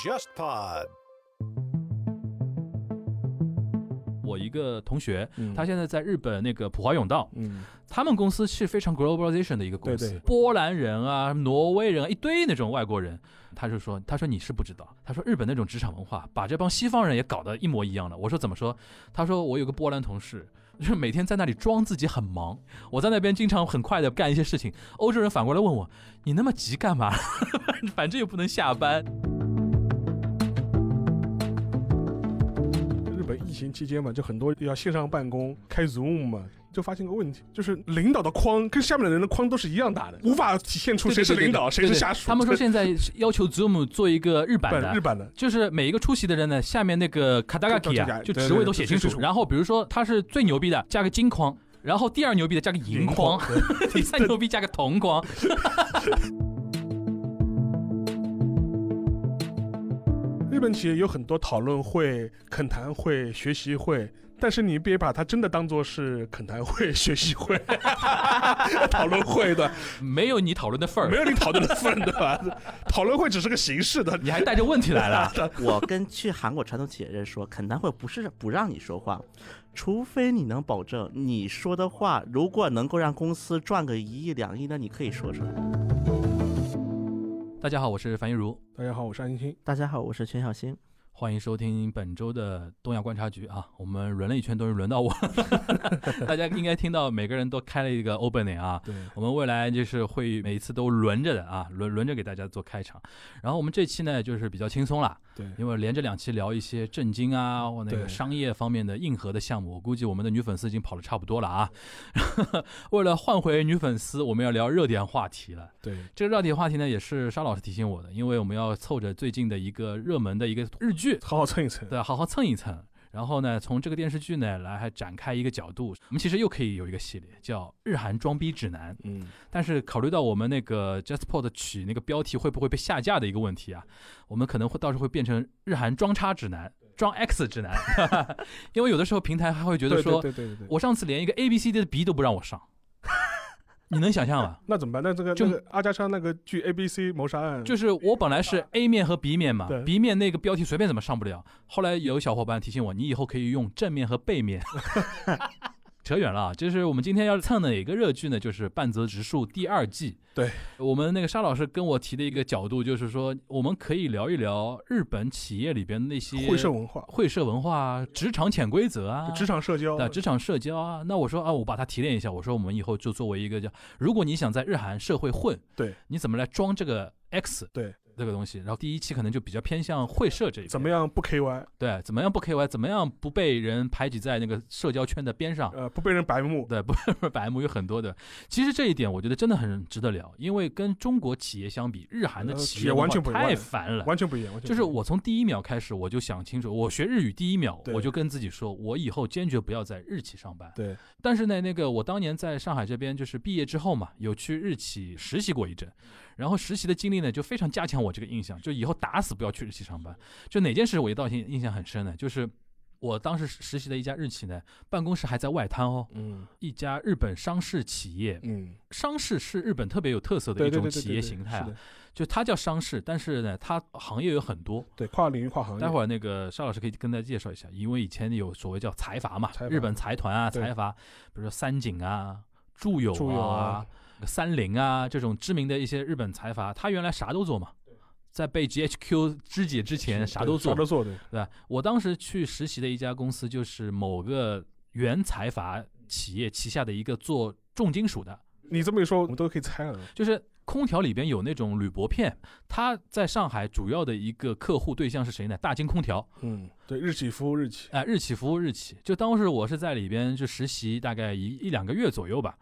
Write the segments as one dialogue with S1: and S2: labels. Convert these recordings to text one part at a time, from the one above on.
S1: JustPod。
S2: 我一个同学，
S3: 嗯
S2: 他现在在日本那个普华永道，
S3: 嗯，
S2: 他们公司是非常 globalization 的一个公司，
S3: 对对
S2: 波兰人啊、挪威人啊，一堆那种外国人。他就说：“他说你是不知道，他说日本那种职场文化，把这帮西方人也搞得一模一样的。”我说：“怎么说？”他说：“我有个波兰同事，就是每天在那里装自己很忙，我在那边经常很快的干一些事情。欧洲人反过来问我：你那么急干嘛？ 反正又不能下班。
S3: 日本疫情期间嘛，就很多要线上办公，开 Zoom 嘛，就发现个问题，就是领导的框跟下面的人的框都是一样大的，无法体现出谁是
S2: 对对对
S3: 领导，
S2: 对
S3: 谁
S2: 对
S3: 是下属。
S2: 他们说现在是要求 Zoom 做一个日版的
S3: 本日版的，
S2: 就是每一个出席的人呢，下面那个卡达 a
S3: 就
S2: k 啊，
S3: 就
S2: 就
S3: 就
S2: 职位都写清
S3: 对对
S2: 楚。
S3: 对
S2: 然后比如说他是最牛逼的，加个金框；然后第二牛逼的加个银框， 第三牛逼加个铜框。
S3: 日本企业有很多讨论会、恳谈会、学习会，但是你别把它真的当做是恳谈会、学习会、讨论会的，
S2: 没有你讨论的份
S3: 没
S2: 儿，
S3: 有你讨论的份，对吧？讨论会只是个形式的，
S2: 你还带着问题来 了。
S4: 我跟去韩国传统企业人说，恳谈会不是不让你说话，除非你能保证你说的话，如果能够让公司赚个一亿两亿，那你可以说出来。
S2: 大家好，我是樊一茹，
S3: 大家好，我是安欣。
S4: 大家好，我是全小新。
S2: 欢迎收听本周的东亚观察局啊。我们轮了一圈，终于轮到我 了。大家应该听到每个人都开了一个 opening 啊。
S3: 对，
S2: 我们未来就是会每一次都轮着的啊，轮轮着给大家做开场。然后我们这期呢，就是比较轻松啦，
S3: 对
S2: 因为连着两期聊一些震惊啊，或那
S3: 对
S2: 个商业方面的硬核的项目，我估计我们的女粉丝已经跑的差不多了啊。 为了换回女粉丝，我们要聊热点话题了。
S3: 对，
S2: 这个热点话题呢，也是沙老师提醒我的，因为我们要凑着最近的一个热门的一个日剧，
S3: 好好蹭一蹭。
S2: 对，好好蹭一蹭。然后呢，从这个电视剧呢来还展开一个角度，我们其实又可以有一个系列叫《日韩装逼指南》。
S3: 嗯，
S2: 但是考虑到我们那个 JustPod 取那个标题会不会被下架的一个问题啊，我们可能会到时候会变成日韩装叉指南、装 X 指 南，因为有的时候平台还会觉
S3: 对
S2: 得
S3: 对
S2: 说，
S3: 对对对对，
S2: 我上次连一个 A B C D 的 B 都不让我上，你能想象吗？
S3: 那怎么办？那这个
S2: 就
S3: 那个阿加莎那个剧《A B C 谋杀案》
S2: 就是我本来是 A 面和 B 面嘛
S3: 对
S2: ，B 面那个标题随便怎么上不了。后来有小伙伴提醒我，你以后可以用正面和背 面。扯远了啊，就是我们今天要蹭的一个热剧呢，就是《半泽直树》第二季。
S3: 对，
S2: 我们那个沙老师跟我提的一个角度，就是说我们可以聊一聊日本企业里边那些
S3: 会社文化、
S2: 会社文化啊、职场潜规则啊、
S3: 职场社交
S2: 啊，职场社交啊。那我说啊，我把它提炼一下，我说我们以后就作为一个叫，如果你想在日韩社会混，
S3: 对，
S2: 你怎么来装这个 X
S3: 对
S2: 这个东西？然后第一期可能就比较偏向会社这一边，
S3: 怎么样不 K Y，
S2: 对，怎么样不 KY，怎么样不被人排挤在那个社交圈的边上。
S3: 呃，不被人白目。
S2: 对，不是白目有很多的。其实这一点我觉得真的很值得聊，因为跟中国企业相比，日韩的
S3: 呃
S2: 企
S3: 也
S2: 业文
S3: 完
S2: 化
S3: 全不一样
S2: 太烦了。
S3: 完全不一样，完全不
S2: 就
S3: 一样
S2: 是我从第一秒开始，我就想清楚，我学日语第一秒，
S3: 对
S2: 我就跟自己说，我以后坚决不要在日企上班。
S3: 对
S2: 但是呢，那个我当年在上海这边就是毕业之后嘛，有去日企实习过一阵，然后实习的经历呢就非常加强我这个印象，就以后打死不要去日企上班。就哪件事我一到现印象很深呢？就是我当时实习的一家日企呢，办公室还在外滩哦，
S3: 嗯
S2: 一家日本商事企业，
S3: 嗯，
S2: 商事是日本特别有特色的
S3: 对
S2: 一
S3: 对
S2: 种
S3: 对对
S2: 企
S3: 对
S2: 业
S3: 对
S2: 形态
S3: 是
S2: 啊
S3: 的，
S2: 就它叫商事，但是呢，它行业有很多，
S3: 对跨领域跨行业，
S2: 待会儿那个沙老师可以跟大家介绍一下，因为以前有所谓叫财阀嘛
S3: 财，阀
S2: 日本财团啊、
S3: 对
S2: 财阀，比如说三井啊、住友
S3: 住友啊
S2: 啊、三菱啊这种知名的一些日本财阀，他原来啥都做嘛，在被 GHQ 肢解之前啥都做
S3: 啥，都做对，
S2: 对吧？我当时去实习的一家公司就是某个原财阀企业旗下的一个做重金属的，
S3: 你这么一说，我们都可以猜啊了。
S2: 就是空调里边有那种铝箔片，它在上海主要的一个客户对象是谁呢？大金空调。
S3: 嗯，对，日企服务日企，
S2: 哎，日企服务日企，就当时我是在里边就实习大概一一两个月左右吧，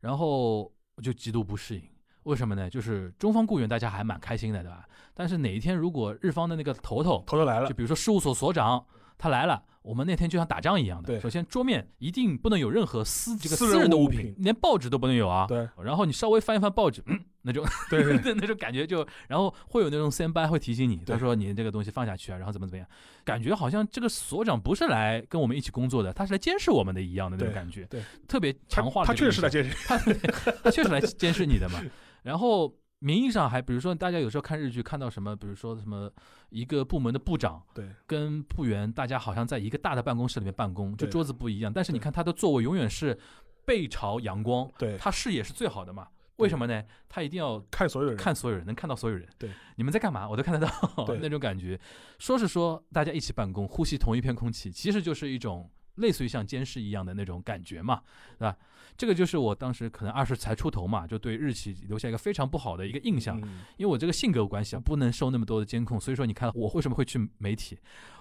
S2: 然后我就极度不适应。为什么呢？就是中方雇员大家还蛮开心的，对吧？但是哪一天如果日方的那个头头，
S3: 头头来了
S2: 就，比如说事务所所长他来了，我们那天就像打仗一样的。
S3: 对
S2: 首先桌面一定不能有任何私这个
S3: 私
S2: 私
S3: 人
S2: 人的
S3: 物
S2: 物
S3: 品
S2: 品，连报纸都不能有啊。
S3: 对
S2: 然后你稍微翻一翻报纸，嗯，那就
S3: 对 对
S2: 那种感觉就，然后会有那种先班会提醒你，
S3: 对
S2: 他说你这个东西放下去啊，然后怎么怎么样，感觉好像这个所长不是来跟我们一起工作的，他是来监视我们的一样的那种
S3: 对
S2: 感觉，
S3: 对，
S2: 特别
S3: 他
S2: 强化了
S3: 他
S2: 这
S3: 确
S2: 个
S3: 实来
S2: 印象，
S3: 健身，
S2: 他他确实来监视你的嘛。然后名义上还比如说大家有时候看日剧看到什么，比如说什么一个部门的部长
S3: 对
S2: 跟部员，大家好像在一个大的办公室里面办公，就
S3: 对
S2: 桌子不一样，但是你
S3: 对
S2: 看他的座位永远是背朝阳光，
S3: 对，
S2: 他视野是最好的嘛。为
S3: 对
S2: 什么呢？他一定要
S3: 看所有人，
S2: 看所有人，能看到所有人。
S3: 对，
S2: 你们在干嘛？我都看得到
S3: 对
S2: 那种感觉。说是说大家一起办公，呼吸同一片空气，其实就是一种类似于像监视一样的那种感觉嘛，对吧？这个就是我当时可能二十才出头嘛，就对日企留下一个非常不好的一个印象，
S3: 嗯
S2: 因为我这个性格有关系啊，不能受那么多的监控，所以说你看我为什么会去媒体？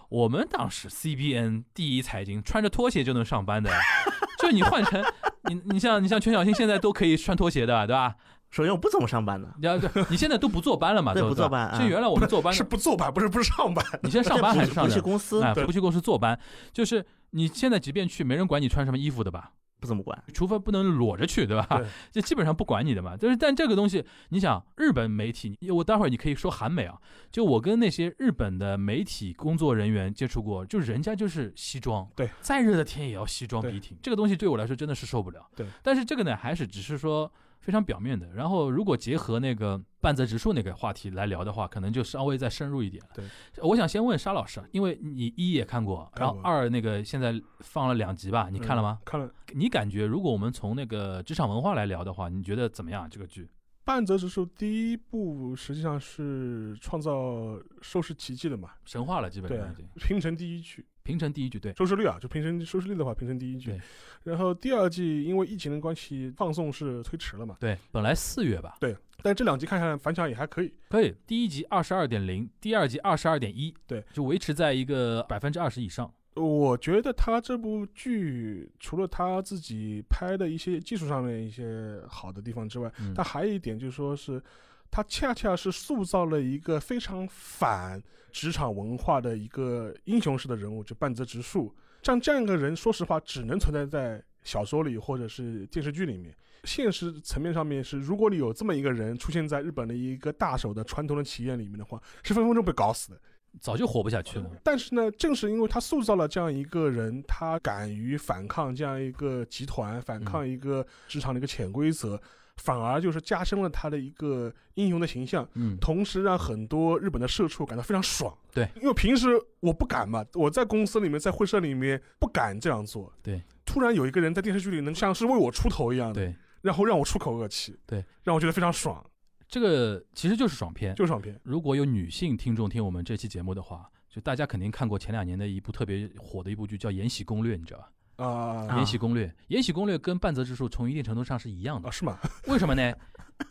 S2: 我们当时 CBN 第一财经穿着拖鞋就能上 班的，就你换成你你像你像全小新现在都可以穿拖鞋的，对吧？
S4: 首先我不怎么上班的，
S2: 你要对， 你现在都不坐班了嘛？
S4: 对
S2: 吧
S4: 不坐班啊
S2: 就原来我们坐班
S3: 是，不坐班，不是不是上班，
S2: 你现在上班还是上
S4: 不
S2: 的
S4: 去？公司
S2: 哎，
S3: 对
S2: 不去公司坐班，就是你现在即便去，没人管你穿什么衣服的吧？
S4: 不怎么管，
S2: 除非不能裸着去，对吧
S3: 对？
S2: 就基本上不管你的嘛。就是但这个东西，你想日本媒体，我待会儿你可以说韩媒啊。就我跟那些日本的媒体工作人员接触过，就人家就是西装，
S3: 对，
S2: 再热的天也要西装笔挺。这个东西对我来说真的是受不了。
S3: 对，
S2: 但是这个呢，还是只是说非常表面的。然后如果结合那个半泽直树那个话题来聊的话，可能就稍微再深入一点了。
S3: 对，
S2: 我想先问沙老师，因为你一也看过，
S3: 看
S2: 然
S3: 过
S2: 后二那个现在放了两集吧，你看了吗？
S3: 嗯看了。
S2: 你感觉如果我们从那个职场文化来聊的话，你觉得怎么样？这个剧？
S3: 半泽直树第一部实际上是创造收视奇迹的嘛，
S2: 神话了，基本
S3: 对
S2: 上
S3: 啊
S2: 已经，
S3: 平成第一剧，
S2: 平成第一剧对，
S3: 收视率啊，就平成收视率的话，平成第一剧
S2: 对。
S3: 然后第二季因为疫情的关系，放送是推迟了嘛，
S2: 对，本来四月吧，
S3: 对。但这两集看下来反响也还可以，
S2: 可以，第一集二十二点零，第二集二十二点一，
S3: 对，
S2: 就维持在一个百分之二十以上。
S3: 呃我觉得他这部剧除了他自己拍的一些技术上面一些好的地方之外，
S2: 嗯
S3: 他还有一点就是说是，他恰恰是塑造了一个非常反职场文化的一个英雄式的人物，就半泽直树。像这样一个人，说实话，只能存在在小说里或者是电视剧里面。现实层面上面是，如果你有这么一个人出现在日本的一个大手的传统的企业里面的话，是分分钟被搞死的。
S2: 早就活不下去 了。
S3: 但是呢，正是因为他塑造了这样一个人，他敢于反抗这样一个集团，
S2: 嗯
S3: 反抗一个职场的一个潜规则，反而就是加深了他的一个英雄的形象。
S2: 嗯，
S3: 同时让很多日本的社畜感到非常爽，
S2: 对，
S3: 因为平时我不敢嘛，我在公司里面，在会社里面不敢这样做，
S2: 对。
S3: 突然有一个人在电视剧里能像是为我出头一样的，
S2: 对，
S3: 然后让我出口恶气，
S2: 对，
S3: 让我觉得非常爽，
S2: 这个其实就是爽片。
S3: 就是爽片。
S2: 如果有女性听众听我们这期节目的话，就大家肯定看过前两年的一部特别火的一部剧，叫《延禧攻略》，你知道吧？
S3: 啊
S2: 延禧攻略》《延禧攻略》跟半泽直树从一定程度上是一样的
S3: 啊，，是吗？
S2: 为什么呢？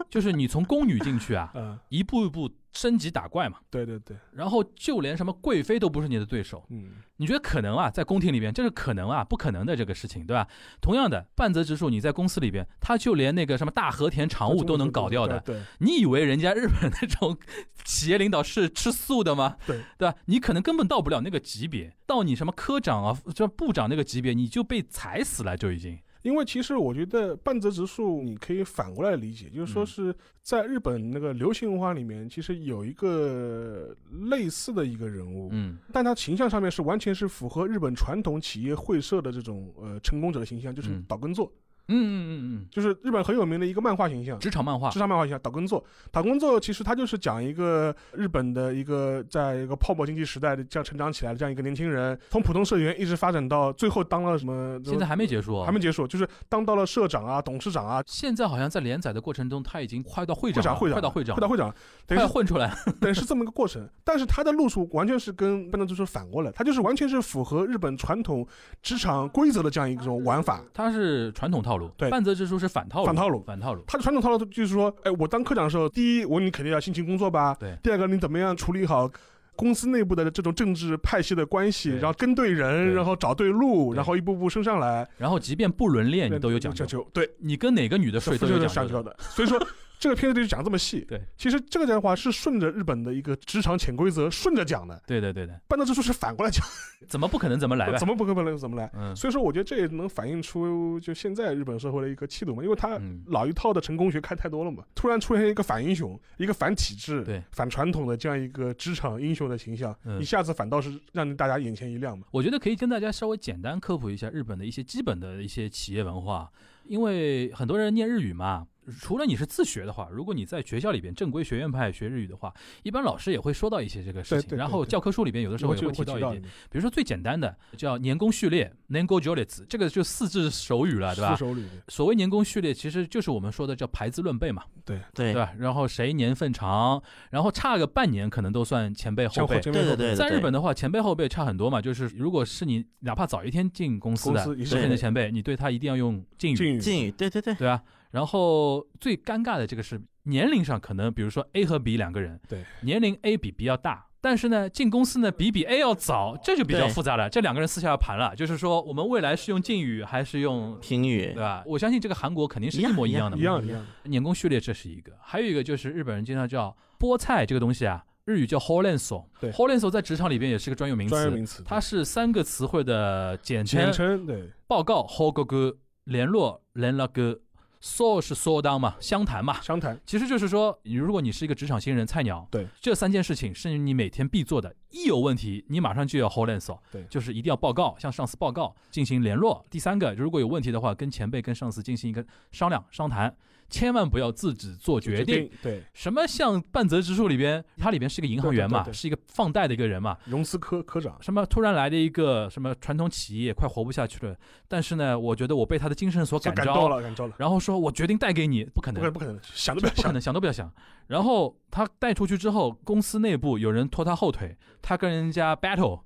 S2: 就是你从宫女进去啊，
S3: 啊，
S2: 一步一步升级打怪嘛，
S3: 对对对，
S2: 然后就连什么贵妃都不是你的对手，
S3: 嗯，
S2: 你觉得可能啊？在宫廷里边，这是可能啊，不可能的这个事情，对吧？同样的，半泽直树你在公司里边，他就连那个什么大和田常务都能搞掉的，
S3: 对，对
S2: 你以为人家日本那种企业领导是 吃素的吗？
S3: 对，
S2: 吧？你可能根本到不了那个级别，到你什么科长啊、这部长那个级别，你就被踩死了，就已经。
S3: 因为其实我觉得半泽直树，你可以反过来理解，就是说
S2: 嗯
S3: 是在日本那个流行文化里面，其实有一个类似的一个人物，
S2: 嗯，
S3: 但他形象上面是完全是符合日本传统企业会社的这种呃成功者的形象，就是
S2: 嗯
S3: 岛根座，
S2: 嗯嗯嗯嗯，
S3: 就是日本很有名的一个漫画形象。
S2: 职场漫画
S3: 职，场漫画形象，岛根座，岛根座其实他就是讲一个日本的一个在一个泡沫经济时代的这样成长起来的这样一个年轻人，从普通社员一直发展到最后当了什么，
S2: 现在还没结束、哦，
S3: 还没结束，就是当到了社长啊、董事长啊，
S2: 现在好像在连载的过程中，他已经快到会长了，
S3: 会长会长
S2: 快到会长了，
S3: 会到会长，
S2: 快
S3: 等于
S2: 要
S3: 是
S2: 混出来了。
S3: 等于是这么一个过程。但是他的路数完全是跟半泽直树反过来，他就是完全是符合日本传统职场规则的这样一种玩法。
S2: 他是传统套路，
S3: 对
S2: 半泽直树是反套路，
S3: 反套路
S2: 反套路。
S3: 他的传统套路就是说，哎，我当科长的时候，第一，我你肯定要辛勤工作吧，
S2: 对
S3: 第二个，你怎么样处理好公司内部的这种政治派系的关系，
S2: 对
S3: 然后跟对人，
S2: 对
S3: 然后找对路，
S2: 对
S3: 然后一步步升上来，
S2: 然后即便不伦恋，你都有讲
S3: 讲
S2: 究，
S3: 究，对，
S2: 你跟哪个女的睡都
S3: 就
S2: 有
S3: 是
S2: 讲
S3: 讲
S2: 究
S3: 究
S2: 的。
S3: 的。所以说，这个片子就是讲这么细。
S2: 对，
S3: 其实这个的话是顺着日本的一个职场潜规则顺着讲的，
S2: 对的，对的，
S3: 半泽直树是反过来讲，
S2: 怎么不可能怎么来呗？
S3: 怎么不可能怎么来。
S2: 嗯
S3: 所以说，我觉得这也能反映出就现在日本社会的一个气度嘛，因为他
S2: 嗯，
S3: 老一套的成功学看太多了嘛，突然出现一个反英雄、一个反体制、
S2: 对
S3: 反传统的这样一个职场英雄的形象，
S2: 嗯
S3: 一下子反倒是让大家眼前一亮嘛。
S2: 我觉得可以跟大家稍微简单科普一下日本的一些基本的一些企业文化，因为很多人念日语嘛。除了你是自学的话，如果你在学校里边正规学院派学日语的话，一般老师也会说到一些这个事情。
S3: 对对对
S2: 然后
S3: 对
S2: 教科书里边有的时候
S3: 我
S2: 也
S3: 就
S2: 会
S3: 提
S2: 提
S3: 到
S2: 到一
S3: 一
S2: 点
S3: 点，，
S2: 比如说最简单的叫年功序列 n e n g o j o l e t 这个就四字手语了，对吧
S3: 四？手里面，
S2: 所谓年功序列，其实就是我们说的叫排资论辈嘛，
S4: 对
S2: 对吧？然后谁年份长，然后差个半年可能都算前辈后
S3: 像火
S2: 辈。
S3: 箭
S4: 对
S3: 面
S4: 对
S3: 后
S4: 对，
S2: 在
S4: 对
S2: 日本的话，前辈后辈差很多嘛，就是如果是你哪怕早一天进公司
S3: 公
S2: 的，
S3: 司也
S2: 是你的
S3: 是
S2: 前辈，你对他一定要用敬语，
S3: 敬语，
S4: 敬语，对对对，
S2: 对吧？然后最尴尬的这个是年龄上，可能比如说 A 和 B 两个人，
S3: 对，
S2: 年龄 A 比 B 要大，但是呢，进公司呢比比 A 要早，这就比较
S4: 对
S2: 复杂了。这两个人私下要盘了，就是说我们未来是用敬语还是用，
S4: 平语
S2: 对，吧？我相信这个韩国肯定是一模
S4: 一
S2: 一
S4: 样
S2: 样的嘛
S3: 一，样一样的，
S2: 年功序列这是一个，还有一个就是日本人经常叫菠菜这个东西啊，日语叫 h o l e n s o
S3: 对
S2: h o l e n s o 在职场里边也是个专有名
S3: 专业
S2: 词，
S3: 名词，
S2: 它是三个词汇的简
S3: 简
S2: 称。
S3: 称对，
S2: 报告 h o g o g 联络联络 g s o 是 so 当嘛，相谈嘛。
S3: 湘潭
S2: 其实就是说，你如果你是一个职场新人菜鸟，
S3: 对
S2: 这三件事情是你每天必做的，一有问题你马上就要 h o l e n s o
S3: 对
S2: 就是一定要报告，向上司报告，进行联络。第三个，如果有问题的话，跟前辈、跟上司进行一个商量商谈，千万不要自己做决定。
S3: 对
S2: 什么像半泽直树里边，他里边是个银行员嘛，
S3: 对对对对
S2: 是一个放贷的一个人嘛，
S3: 融资科科长，
S2: 什么突然来的一个什么传统企业快活不下去了，但是呢，我觉得我被他的精神所
S3: 就
S2: 感
S3: 感
S2: 召，
S3: 召了，感召了，
S2: 然后说我决定带给你，不可
S3: 不
S2: 能
S3: 可，能不可能，想都
S2: 这
S3: 不要
S2: 不可
S3: 想，
S2: 能，想都不要想。然后他带出去之后，公司内部有人拖他后腿，他跟人家 battle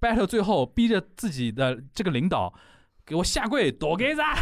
S2: battle，最后逼着自己的这个领导给我下跪，躲给 啥？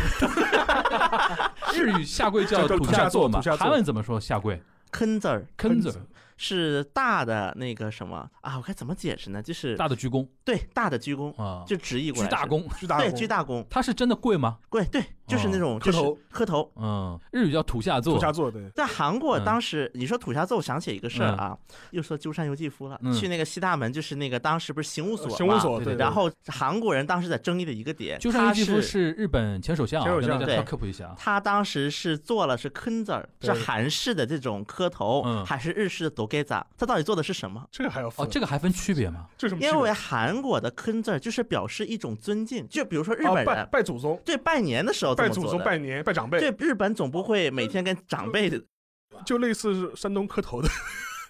S2: 日语下跪叫
S3: 叫
S2: 土
S3: 土
S2: 下
S3: 下
S2: 座
S3: 座
S2: 嘛
S3: 土下，座
S2: 韩文怎么说下跪？
S4: 坑字儿
S2: 坑
S3: 坑
S2: 子
S3: 子，
S4: 是大的那个什么啊？我该怎么解释呢？就是
S2: 大的鞠躬
S4: 对大的鞠躬，
S2: 啊，
S4: 就直译过
S2: 鞠
S4: 来是，
S2: 大躬。
S3: 巨大
S4: 对
S3: 功
S4: 鞠大躬，
S2: 他是真的跪吗？
S4: 对对，就是那种
S3: 磕
S4: 就是
S3: 头
S4: 磕头，
S2: 嗯，日语叫土下座
S3: 土，下座对，
S4: 在韩国
S2: 嗯
S4: 当时，你说土下座，我想起一个
S3: 嗯
S4: 事儿啊，又说鸠山由纪夫了
S2: 嗯，
S4: 去那个西大门，就是那个当时不是刑务所嘛
S3: 呃刑务所
S2: 对
S3: 对，
S4: 然后韩国人当时在争议的一个点，
S2: 鸠山由
S4: 他
S2: 纪夫
S4: 是
S2: 是日本前首相啊，
S3: 前首
S2: 跟
S3: 相
S2: 大家
S4: 对
S2: 科普一下啊。
S4: 他当时是做了是坑字儿，是
S3: 对
S4: 韩式的这种磕头
S2: 嗯，
S4: 还是日式的 dogeza？他到底做的是什么？
S3: 这个还要
S2: 哦，
S3: 分，
S2: 这个还分区别吗？
S3: 这什么区别？
S4: 因为韩国的坑字儿就是表示一种尊敬，就比如说日
S3: 啊
S4: 本
S3: 拜
S4: 人
S3: 拜祖宗，
S4: 对拜年的时候这
S3: 拜
S4: 么
S3: 祖
S4: 做
S3: 宗
S4: 的，
S3: 拜年拜长辈，
S4: 对日本总不会每天跟长辈
S3: 就类似是山东磕头的，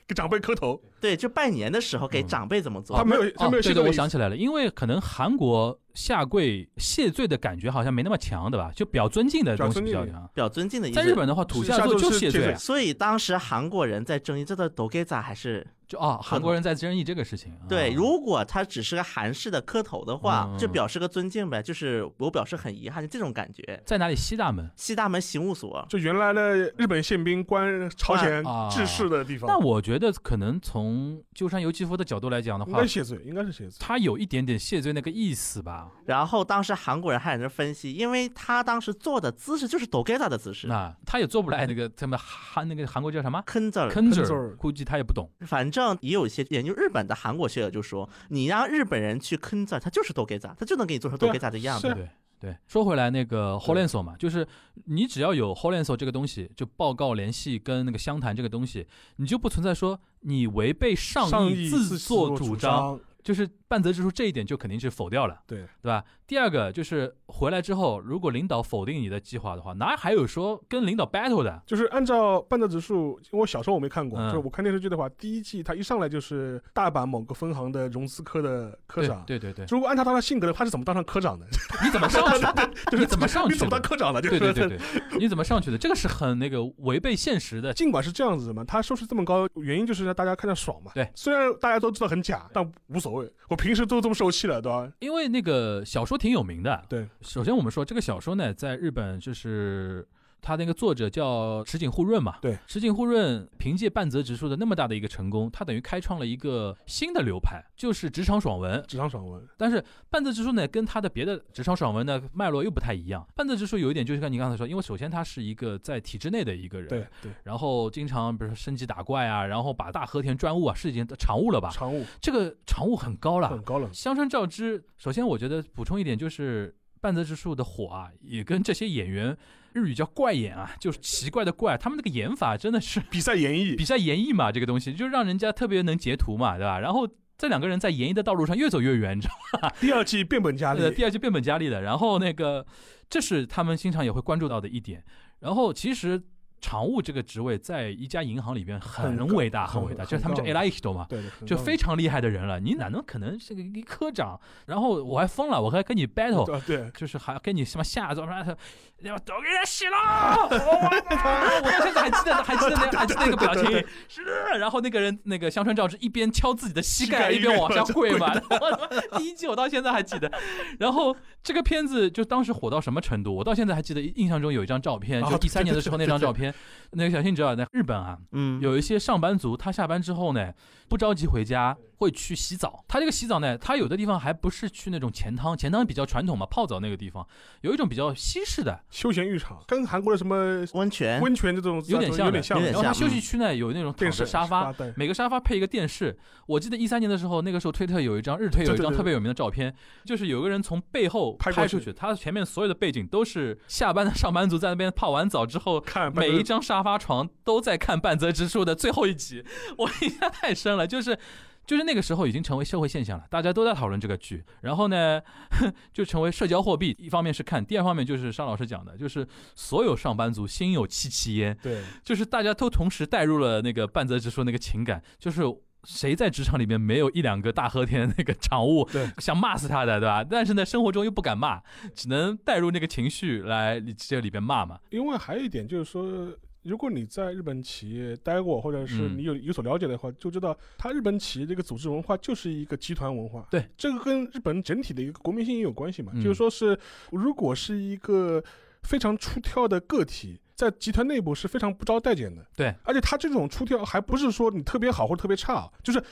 S3: 给长辈磕头，
S4: 对就拜年的时候给
S2: 嗯
S4: 长辈怎么做
S3: 他？没有他
S2: 哦，
S3: 没
S2: 对
S3: 有现
S2: 的，
S3: 在
S2: 我想起来了，因为可能韩国下跪谢罪的感觉好像没那么强，对吧？就表尊敬的东西比较
S3: 表尊
S2: 强。
S4: 表尊敬的意
S2: 在
S4: 思
S2: 日。本的话，土下座就谢罪啊，
S4: 所以当时韩国人在争议这个 dogeza 还是
S2: 就啊，韩国人在争议这个事情。啊
S4: 对，如果他只是个韩式的磕头的话
S2: 嗯，
S4: 就表示个尊敬呗，就是我表示很遗憾，就这种感觉。
S2: 在哪里西大门？
S4: 西大门刑务所，
S3: 就原来的日本宪兵关朝鲜
S2: 啊
S3: 治世的地方，
S2: 但我觉得可能从鸠山由纪夫的角度来讲的
S3: 应
S2: 话
S3: 该，谢罪，应该是谢罪。
S2: 他有一点点谢罪那个意思吧？
S4: 然后当时韩国人还在那分析，因为他当时做的姿势就是 dogeza 的姿势，
S2: 那他也做不来那个他们韩那个韩国叫什么
S4: 坑字儿。
S2: 坑字
S3: 字
S2: 儿，
S3: 呃儿
S2: 估计他也不懂。
S4: 反正也有一些研究日本的韩国学者就说，你让日本人去坑字儿，他就是 dogeza，他就能给你做成
S3: 对啊
S4: dogeza 的样
S3: 是
S4: 子
S3: 啊。
S2: 对对，说回来，那个 h o l e n s o 嘛，就是你只要有 h o l e n s o 这个东西，就报告联系跟那个湘潭这个东西，你就不存在说你违背上
S3: 上
S2: 意
S3: 意
S2: 自作主
S3: 主
S2: 张，，就是半泽直树这一点就肯定是否掉了，
S3: 对
S2: 对吧？第二个就是回来之后，如果领导否定你的计划的话，哪还有说跟领导 battle 的？
S3: 就是按照半泽直树，因为我小时候我没看过，
S2: 嗯
S3: 就是我看电视剧的话，第一季他一上来就是大阪某个分行的融资科的科
S2: 对
S3: 长。
S2: 对对对，
S3: 如果按照他的性格呢，他是怎么当上科长的？
S2: 你怎么上去的？
S3: 就是
S2: 你怎么上去
S3: 你怎么
S2: 的
S3: 当？科长的？就是
S2: 对对对对，你怎么上去的？这个是很那个违背现实的。
S3: 尽管是这样子嘛，他收视这么高，原因就是让大家看着爽嘛。
S2: 对
S3: 虽然大家都知道很假，但无所谓。我平时都这么受气了，对吧？
S2: 因为那个小说挺有名的。
S3: 对，
S2: 首先我们说这个小说呢，在日本就是他那个作者叫池井户润嘛。
S3: 对，
S2: 池井户润凭借半泽直树的那么大的一个成功，他等于开创了一个新的流派，就是职场爽文。
S3: 职场爽文，
S2: 但是半泽直树呢，跟他的别的职场爽文的脉络又不太一样。半泽直树有一点就是跟你刚才说，因为首先他是一个在体制内的一个人。
S3: 对。对，
S2: 然后经常比如说升级打怪啊，然后把大和田专务啊是已经常务了吧？
S3: 常务
S2: 这个常务很高了，
S3: 很高了，
S2: 相生照之，首先我觉得补充一点就是。半泽直树的火啊，也跟这些演员，日语叫怪演啊，就是奇怪的怪，他们那个演法真的是
S3: 比赛演绎
S2: 比赛演绎嘛，这个东西就让人家特别能截图嘛，对吧？然后这两个人在演绎的道路上越走越远，你知道
S3: 第二季变本加
S2: 吗？
S3: 厉，
S2: 第二季变本加厉的。然后那个，这是他们经常也会关注到的一点。然后其实常务这个职位在一家银行里边很
S3: 很高
S2: 伟大，很
S3: 很
S2: 伟大，
S3: 很
S2: 就是他们叫
S3: 高的
S2: e l a i h o 嘛，
S3: 对的，
S2: 就非常厉害的人了，你哪能可能是个一科长？然后我还疯了，我还跟你 battle，
S3: 对啊对，
S2: 就是还跟你什么下招，然后要都给他洗了，我操！我到现在还记得，还记得那还记得那个表情，是。然后那个人那个香川照之一边敲自己的膝盖
S3: 膝盖
S2: 一边往下跪嘛
S3: 一，
S2: 我他妈第一季我到现在还记得。然后这个片子就当时火到什么程度，我到现在还记得，印象中有一张照片，
S3: 啊
S2: 就一三年的时候那张照片，那个小新知道，在日本啊，
S4: 嗯，
S2: 有一些上班族，他下班之后呢，不着急回家，会去洗澡。他这个洗澡呢，他有的地方还不是去那种钱汤，钱汤比较传统嘛，泡澡那个地方，有一种比较西式的，
S3: 休闲浴场跟韩国的什么
S4: 温泉，
S3: 温泉这种
S2: 有点像的
S3: 有点像
S4: 有
S3: 的
S4: 点
S2: 然后他
S4: 像
S2: 休息区呢有那种躺
S3: 电视
S2: 着沙发。
S3: 对
S2: 每个沙发配一个电视。我记得一三年的时候，那个时候推特有一张日推有一
S3: 对对
S2: 张
S3: 对
S2: 特别有名的照片，就是有个人从背后
S3: 拍过
S2: 拍出
S3: 去
S2: 去，他前面所有的背景都是下班的上班族在那边泡完澡之后
S3: 看
S2: 每一张沙发床都在看半泽直树的最后一集， 我印象太深了，就是。就是那个时候已经成为社会现象了，大家都在讨论这个剧，然后呢， 就成为社交货币。一方面是看，第二方面就是商老师讲的，就是所有上班族心有戚戚焉，
S3: 对
S2: 就是大家都同时带入了那个半泽直树那个情感，就是谁在职场里面没有一两个大和田那个场务
S3: 对
S2: 想骂死他的，对吧？但是呢，生活中又不敢骂，只能带入那个情绪来这里边骂嘛。
S3: 因为还有一点就是说，如果你在日本企业待过，或者是
S2: 嗯
S3: 你有有所了解的话，就知道它日本企业这个组织文化就是一个集团文化。
S2: 对，
S3: 这个跟日本整体的一个国民性也有关系嘛。
S2: 嗯
S3: 就是说是，如果是一个非常出挑的个体。在集团内部是非常不招待见的，
S2: 对，
S3: 而且他这种出挑还不是说你特别好或者特别差，就是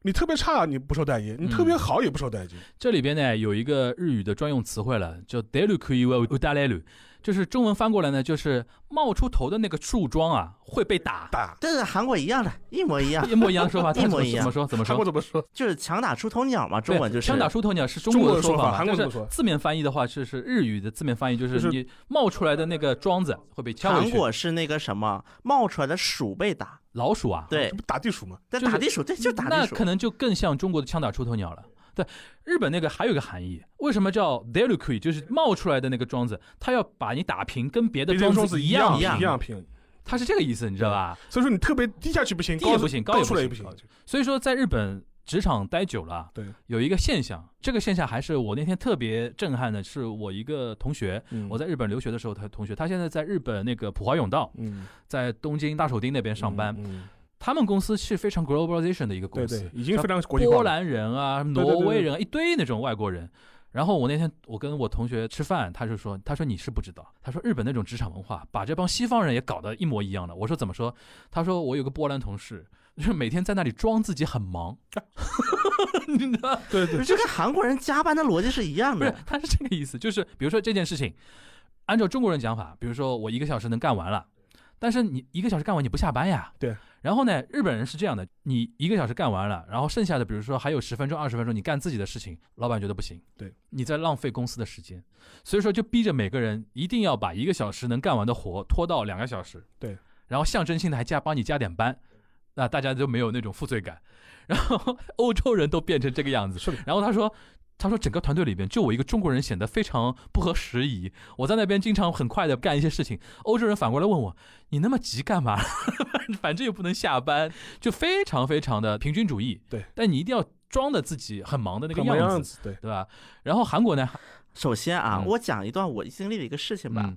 S3: 你特别差你不受待见，你特
S2: 嗯
S3: 别好也不受待见。
S2: 这里边呢有一个日语的专用词汇了，叫 d e l u k u i w u d a l e l u 就是中文翻过来呢，就是冒出头的那个树桩啊会被打，
S3: 打
S4: 这是韩国一样的，一模
S2: ，
S4: 一样
S2: 一模一样的说法，他
S4: 一
S2: 怎么
S4: 模一样
S2: 怎么说怎么
S3: 韩国
S2: 说？
S3: 怎么说？
S4: 就是强打出头鸟嘛，中文就是
S2: 枪打出头鸟是中
S3: 中
S2: 国
S3: 国
S2: 的
S3: 的
S2: 说
S3: 说
S2: 法
S3: 法
S2: 嘛，
S3: 韩国
S2: 但
S3: 怎
S2: 是
S3: 么说
S2: 字面翻译的话是是日语的字面翻译，就是
S3: 就是
S2: 你冒出来的那个桩子会被敲回
S4: 糖
S2: 去。
S4: 果是那个什么冒出来的鼠被打，
S2: 老鼠啊，
S4: 对
S3: 这，不打地鼠吗？
S4: 但
S2: 就是
S4: 打地鼠，对，就打
S2: 那
S4: 地鼠
S2: 可。能就更像中国的枪打出头鸟了。对，日本那个还有一个含义，为什么叫 delukui？就是冒出来的那个桩子，它要把你打平，跟别的
S3: 跟
S2: 桩
S3: 双
S2: 子
S3: 一
S2: 样
S3: 一
S2: 平
S3: 样平，
S2: 它是这个意思，你知道吧？
S3: 所以说你特别低下去不行，
S2: 低也不行高也
S3: 高
S2: 不
S3: 出来也不
S2: 行
S3: 行。
S2: 所以说，在日本职场待久了，
S3: 对，
S2: 有一个现象，这个现象还是我那天特别震撼的，是我一个同学，
S3: 嗯
S2: 我在日本留学的时候，他同学，他现在在日本那个普华永道，
S3: 嗯
S2: 在东京大手町那边上班，
S3: 嗯嗯
S2: 他们公司是非常 globalization 的一个
S3: 对
S2: 公司，
S3: 对，已经非常国际化
S2: 波
S3: 了。
S2: 兰人啊、
S3: 对对
S2: 挪威人啊，一堆那种外国人。然后我那天我跟我同学吃饭，他就说，他说你是不知道，他说日本那种职场文化，把这帮西方人也搞得一模一样的。我说怎么说？他说我有个波兰同事，就是每天在那里装自己很忙， 你知道吗
S3: 对
S4: 不
S3: 对
S4: 是，就跟韩国人加班的逻辑是一样
S2: 不是
S4: 的，？
S2: 他是这个意思，就是比如说这件事情，按照中国人讲法，比如说我一个小时能干完了，但是你一个小时干完你不下班呀？
S3: 对。
S2: 然后呢，日本人是这样的，你一个小时干完了，然后剩下的比如说还有十分钟、二十分钟，你干自己的事情，老板觉得不行，
S3: 对，
S2: 你在浪费公司的时间，所以说就逼着每个人一定要把一个小时能干完的活拖到两个小时，
S3: 对，
S2: 然后象征性的还加帮你加点班，那大家就没有那种负罪感， 然后欧洲人都变成这个样子，
S3: 是的
S2: 然后他说。他说：“整个团队里边，就我一个中国人显得非常不合时宜。我在那边经常很快的干一些事情，欧洲人反过来问我：你那么急干嘛？ 反正又不能下班，就非常非常的平均主义。
S3: 对，
S2: 但你一定要装的自己很忙的那个
S3: 干嘛
S2: 样
S3: 样
S2: 子，
S3: 子？对，
S2: 对吧？然后韩国呢？
S4: 首先啊，
S2: 嗯
S4: 我讲一段我经历的一个事情吧。
S2: 嗯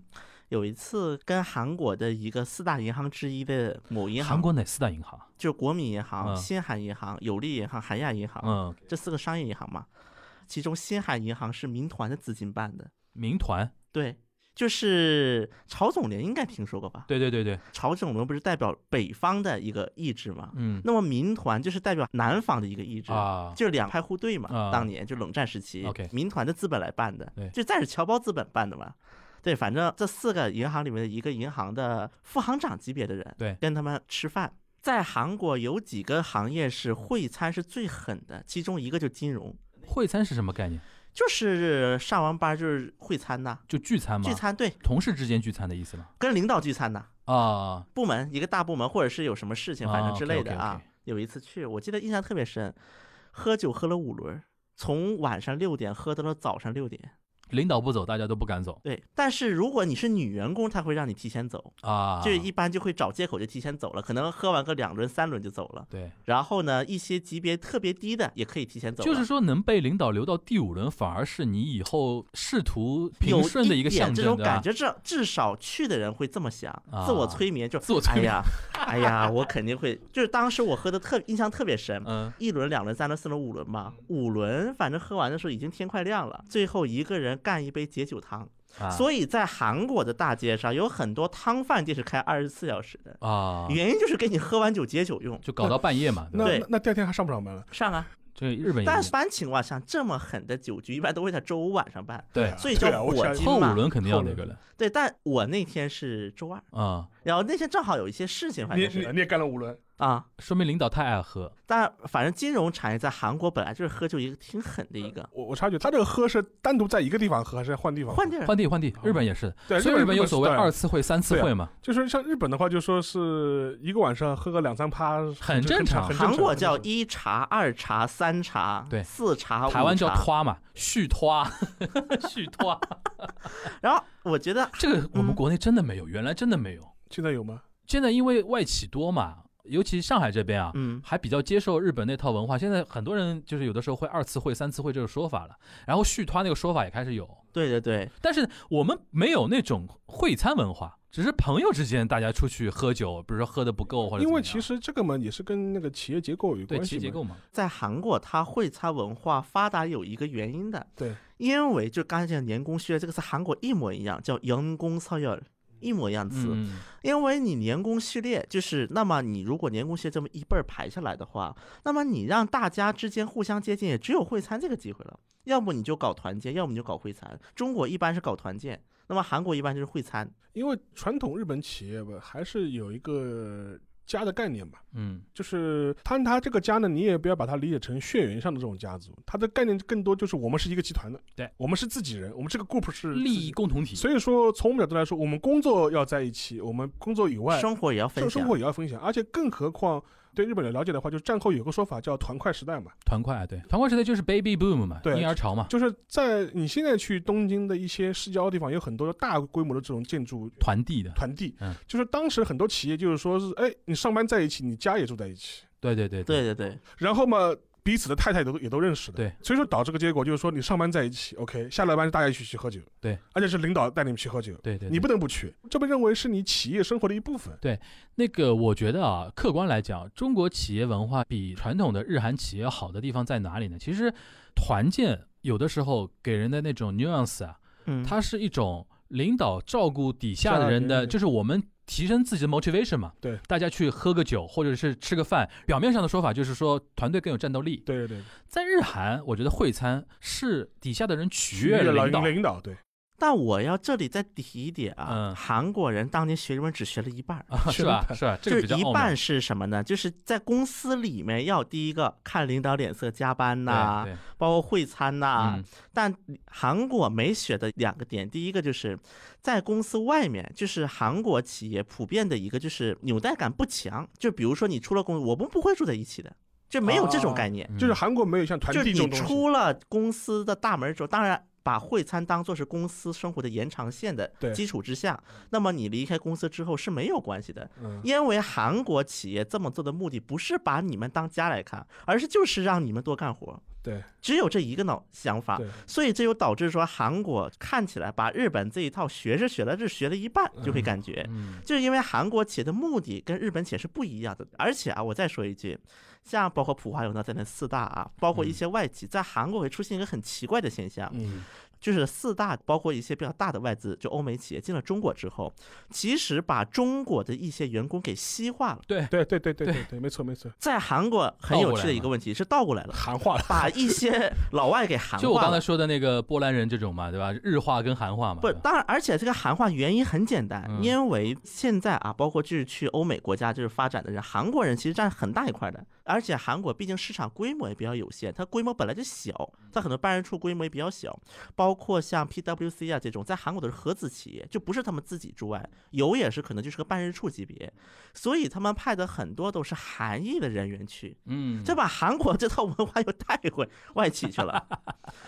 S4: 有一次跟韩国的一个四大银行之一的某银行，
S2: 韩国哪四大银行？
S4: 就是国民银行、
S2: 嗯
S4: 新韩银行、有利银行、韩亚银行、
S2: 嗯，
S4: 这四个商业银行嘛。其中新韩银行是民团的资金办的，
S2: 民团。
S4: 对，就是曹总联应该听说过吧？
S2: 对对对对，
S4: 曹总联不是代表北方的一个意志嘛？
S2: 嗯
S4: 那么民团就是代表南方的一个意志
S2: 啊
S4: 就是两派互对嘛。
S2: 啊
S4: 当年就冷战时期
S2: OK
S4: 民团的资本来办的
S2: 对，
S4: 就再是侨胞资本办的嘛。对，反正这四个银行里面的一个银行的副行长级别的人，
S2: 对
S4: 跟他们吃饭。在韩国有几个行业是会餐是最狠的，其中一个就是金融，
S2: 会餐是什么概念？
S4: 就是上完班就是会餐呐，
S2: 就聚餐吗？
S4: 聚，餐对，
S2: 同事之间聚餐的意思吗？
S4: 跟领导聚餐呐，
S2: 啊，
S4: 部门一个大部门，或者是有什么事情，反
S2: 啊
S4: 正之类的啊。
S2: ，OK，OK，OK
S4: 有一次去，我记得印象特别深，喝酒喝了五轮儿，从晚上六点喝到了早上六点，
S2: 领导不走，大家都不敢走
S4: 对，但是如果你是女员工，他会让你提前走，
S2: 啊。
S4: 就一般就会找借口就提前走了，可能喝完个两轮三轮就走了。
S2: 对，
S4: 然后呢，一些级别特别低的也可以提前走了，
S2: 就是说能被领导留到第五轮，反而是你以后仕途平
S4: 有
S2: 顺的一个
S4: 点
S2: 象
S4: 这
S2: 征，
S4: 种
S2: 对
S4: 感
S2: 吧？啊
S4: 觉，至至少去的人会这么想，自我催眠就
S2: 自我催眠
S4: 哎呀，哎呀，我肯定会。就是当时我喝的特印象特别深，
S2: 嗯，
S4: 一轮、两轮、三轮、四轮、五轮嘛，
S3: 嗯
S4: 五轮反正喝完的时候已经天快亮了，最后一个人干一杯解酒汤。
S2: 啊
S4: 所以在韩国的大街上有很多汤饭店是开二十四小时的，
S2: 啊，
S4: 原因就是给你喝完酒解酒用。
S2: 就搞到半夜嘛。对吧
S3: 那
S4: 对
S3: 那那第二天还上不上班了？
S4: 上啊，
S2: 这个日本也
S4: 但
S2: 一
S4: 一
S2: 样
S4: 般情况下，这么狠的酒局一般都会在周五晚上办，
S2: 对
S4: 所以
S3: 对啊
S4: 叫
S3: 我
S4: 火
S3: 想
S4: 鸡
S2: 后
S4: 嘛
S2: 五。轮肯定要那个
S3: 后五
S2: 了
S4: 对，但我那天是周二，
S2: 啊，
S4: 然后那天正好有一些事情，反
S3: 你
S4: 正
S3: 你
S4: 是
S3: 你也干了五轮，
S4: 啊。
S2: 说明领导太爱喝
S4: 但反正金融产业在韩国本来就是喝酒一个挺狠的一个，
S3: 我我察觉他这个喝是单独在一个地方喝，还是换地方喝？
S4: 换地儿
S2: 换地换地，日本也是，
S3: 对，
S2: 所以日本有所谓
S3: 对
S2: 二次会、三次会嘛。
S3: 就是像日本的话，就说是一个晚上喝个两三趴，
S2: 很正
S3: 正
S2: 常
S3: 很正
S4: 韩国叫
S3: 很正
S4: 一茶、二茶、三茶、
S2: 对
S4: 四茶、
S2: 台湾
S4: 五
S2: 叫
S4: 茶
S2: 拖嘛，续拖， 续拖。
S4: 然后我觉得
S2: 这个我们
S4: 嗯
S2: 国内真的没有，原来真的没有。
S3: 常现在有吗？
S2: 现在因为外企多嘛，尤其上海这边啊，
S4: 嗯，
S2: 还比较接受日本那套文化。现在很多人就是有的时候会二次会、三次会这个说法了，然后续团那个说法也开始有，
S4: 对对对，
S2: 但是我们没有那种会餐文化，只是朋友之间大家出去喝酒，比如说喝的不够或者
S3: 因为
S2: 怎么样
S3: 其实这个嘛，也是跟那个企业结构有
S2: 对
S3: 关系
S2: 企
S3: 嘛。
S2: 业结构嘛，
S4: 在韩国它会餐文化发达有一个原因的，
S3: 对，
S4: 因为就刚才讲年功序列这个是韩国一模一样，叫员工操要一模一样词，
S2: 嗯，
S4: 因为你年功序列就是，那么你如果年功序列这么一辈儿排下来的话，那么你让大家之间互相接近，也只有会餐这个机会了。要么你就搞团建，要么你就搞会餐。中国一般是搞团建，那么韩国一般就是会餐。
S3: 因为传统日本企业吧，还是有一个家的概念嘛。
S2: 嗯，
S3: 就是他他这个家呢，你也不要把它理解成血缘上的这种家族，它的概念更多就是我们是一个集团的，
S2: 对
S3: 我们是自己人，我们这个 group 是
S2: 利
S3: 自己
S2: 益共同体，
S3: 所以说，从我们角度来说，我们工作要在一起，我们工作以外，
S4: 生活也要分
S3: 生
S4: 享
S3: 生。活也要分享。而且更何况对日本的了解的话，就是战后有个说法叫“团块时代”嘛，
S2: 团块对，团块时代就是 baby boom 嘛，
S3: 对
S2: 婴儿潮嘛，
S3: 就是在你现在去东京的一些市郊地方，有很多大规模的这种建筑
S2: 团地的，
S3: 团地，
S2: 嗯
S3: 就是当时很多企业就是说是，哎，你上班在一起，你家也住在一起，
S2: 对对对
S4: 对对对，
S3: 然后嘛。彼此的太太都也都认识的，
S2: 对，
S3: 所以说导致个结果就是说，你上班在一起，OK，下了班大家一起去喝酒，
S2: 对，
S3: 而且是领导带你们去喝酒，
S2: 对对，
S3: 你不能不去，这被认为是你企业生活的一部分，
S2: 那个，我觉得啊，客观来讲，中国企业文化比传统的日韩企业好的地方在哪里呢？其实，团建有的时候给人的那种 nuance 啊，
S4: 嗯，
S2: 它是一种领导照顾底下的人
S3: 下
S2: 的，
S3: 面
S2: 就是我们提升自己的 motivation 嘛。
S3: 对，
S2: 大家去喝个酒或者是吃个饭，表面上的说法就是说团队更有战斗力。
S3: 对对对，
S2: 在日韩，我觉得会餐是底下的人取悦了
S3: 老
S2: 领导，
S3: 领导对，
S4: 但我要这里再提一点啊，
S2: 嗯
S4: 韩国人当年学日文只学了一半儿。
S2: 啊，是吧？是吧？这
S4: 就
S2: 个
S4: 是
S2: 比较
S4: 一
S2: 傲慢
S4: 半是什么呢？就是在公司里面要第一个看领导脸色加班呐、啊
S2: 对对
S4: 包括会餐呐、
S2: 嗯
S4: 但韩国没学的两个点，第一个就是在公司外面，就是韩国企业普遍的一个就是纽带感不强，就比如说你出了公司，我们不会住在一起的，就没有这种概念。
S2: 嗯
S3: 就是韩国没有像团
S4: 就
S3: 地这
S4: 你
S3: 种东西，
S4: 出了公司的大门之后，当然把会餐当做是公司生活的延长线的
S3: 对
S4: 基础之下，那么你离开公司之后是没有关系的，
S3: 嗯，
S4: 因为韩国企业这么做的目的不是把你们当家来看，而是就是让你们多干活。
S3: 对，
S4: 只有这一个脑想法
S3: 对，
S4: 所以这就导致说韩国看起来把日本这一套学是学了，是学了一半，就会感觉。
S2: 嗯
S4: 就是因为韩国企业的目的跟日本企业是不一样的，而且啊，我再说一句，像包括普华永道在内四大啊，包
S2: 嗯
S4: 括一些外企，在韩国会出现一个很奇怪的现象，
S3: 嗯，
S4: 就是四大包括一些比较大的外资，就欧美企业进了中国之后，其实把中国的一些员工给西化了。
S2: 对
S3: 对对对对
S2: 对
S3: 对对，没错没错，
S4: 在韩国很有趣的一个问题是倒过 来了，
S3: 韩化了，
S4: 把一些老外给韩
S2: 就我
S4: 化
S2: 刚才
S4: 了。
S2: 说的那个波兰人这种嘛，对吧？日化跟韩化嘛，
S4: 不，
S2: 对吧
S4: 当然，而且这个韩化原因很简单，
S2: 嗯
S4: 因为现在啊，包括就是去欧美国家就是发展的人，韩国人其实占很大一块的，而且韩
S2: 嗯
S4: 国毕竟市场规模也比较有限，它规模本来就小，它很多办事处规模也比较小，包包括像 PWC 啊这种，在韩国都是合资企业，就不是他们自己驻外，有也是可能就是个办事处级别，所以他们派的很多都是韩裔的人员去，
S2: 嗯，
S4: 这把韩国这套文化又带回外企去 了，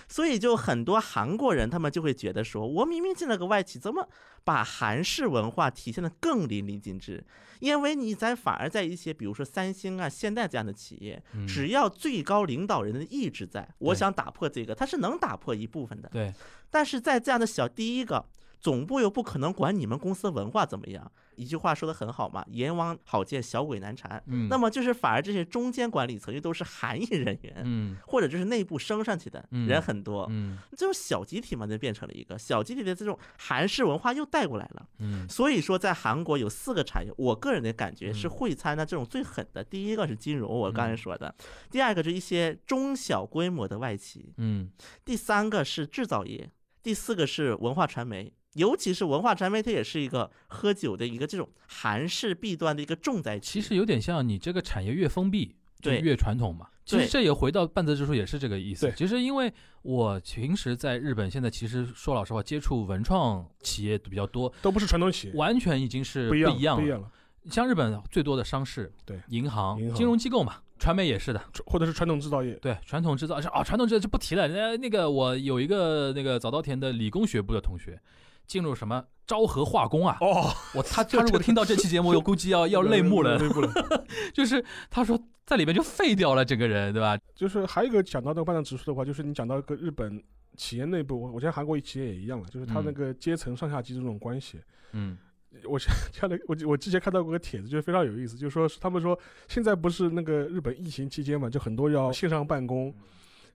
S4: 所以就很多韩国人他们就会觉得说，我明明进了个外企，怎么把韩式文化体现的更淋漓尽致？因为你在反而在一些比如说三星啊、现代这样的企业，
S2: 嗯
S4: 只要最高领导人的意志在，我
S2: 对
S4: 想打破这个，他是能打破一部分的。
S2: 对，
S4: 但是在这样的小第一个总部又不可能管你们公司的文化怎么样。一句话说的很好嘛，阎王好见，小鬼难缠。
S2: 嗯，
S4: 那么就是反而这些中间管理层又都是韩裔人员，
S2: 嗯
S4: 或者就是内部升上去的
S2: 嗯
S4: 人很多，
S2: 嗯
S4: 这种小集体嘛，就变成了一个小集体的这种韩式文化又带过来了。
S2: 嗯
S4: 所以说，在韩国有四个产业，我个人的感觉是
S2: 嗯
S4: 会餐呢这种最狠的。第一个是金融，我刚才说的；第二个是一些中小规模的外企；
S2: 嗯
S4: 第三个是制造业；第四个是文化传媒。尤其是文化传媒，它也是一个喝酒的一个这种韩式弊端的一个重灾
S2: 其
S4: 区。
S2: 实有点像你这个产业越封闭，就
S4: 对
S2: 越传统嘛。其实
S4: 对
S2: 这也回到半泽直树也是这个意思。
S3: 对
S2: 其实因为我平时在日本，现在其实说老实话，接触文创企业比较多，
S3: 都不是传统企业，
S2: 完全已经是
S3: 不一样，
S2: 一样
S3: 不一
S2: 了。
S3: 样了，
S2: 像日本最多的商事、
S3: 对
S2: 银行、
S3: 银行
S2: 金融机构嘛，传媒也是的。
S3: 或者是传统制造业，
S2: 对，传统制造是哦，传统制造就不提了。那那个我有一个那个早稻田的理工学部的同学，进入什么昭和化工啊，
S3: 哦，
S2: 我 他他如果听到这期节目，我估计要要泪目了。
S3: 泪目了。
S2: 就是他说在里面就废掉了整个人，对吧？
S3: 就是还有一个讲到那个半导体指数的话，就是你讲到一个日本企业内部，我我觉得韩国企业也一样了，就是它那
S2: 嗯
S3: 个阶层上下级这种关系。
S2: 嗯
S3: 我前 看了，我我之前看到过个帖子，就是非常有意思，就是说是他们说现在不是那个日本疫情期间嘛，就很多要线上办公，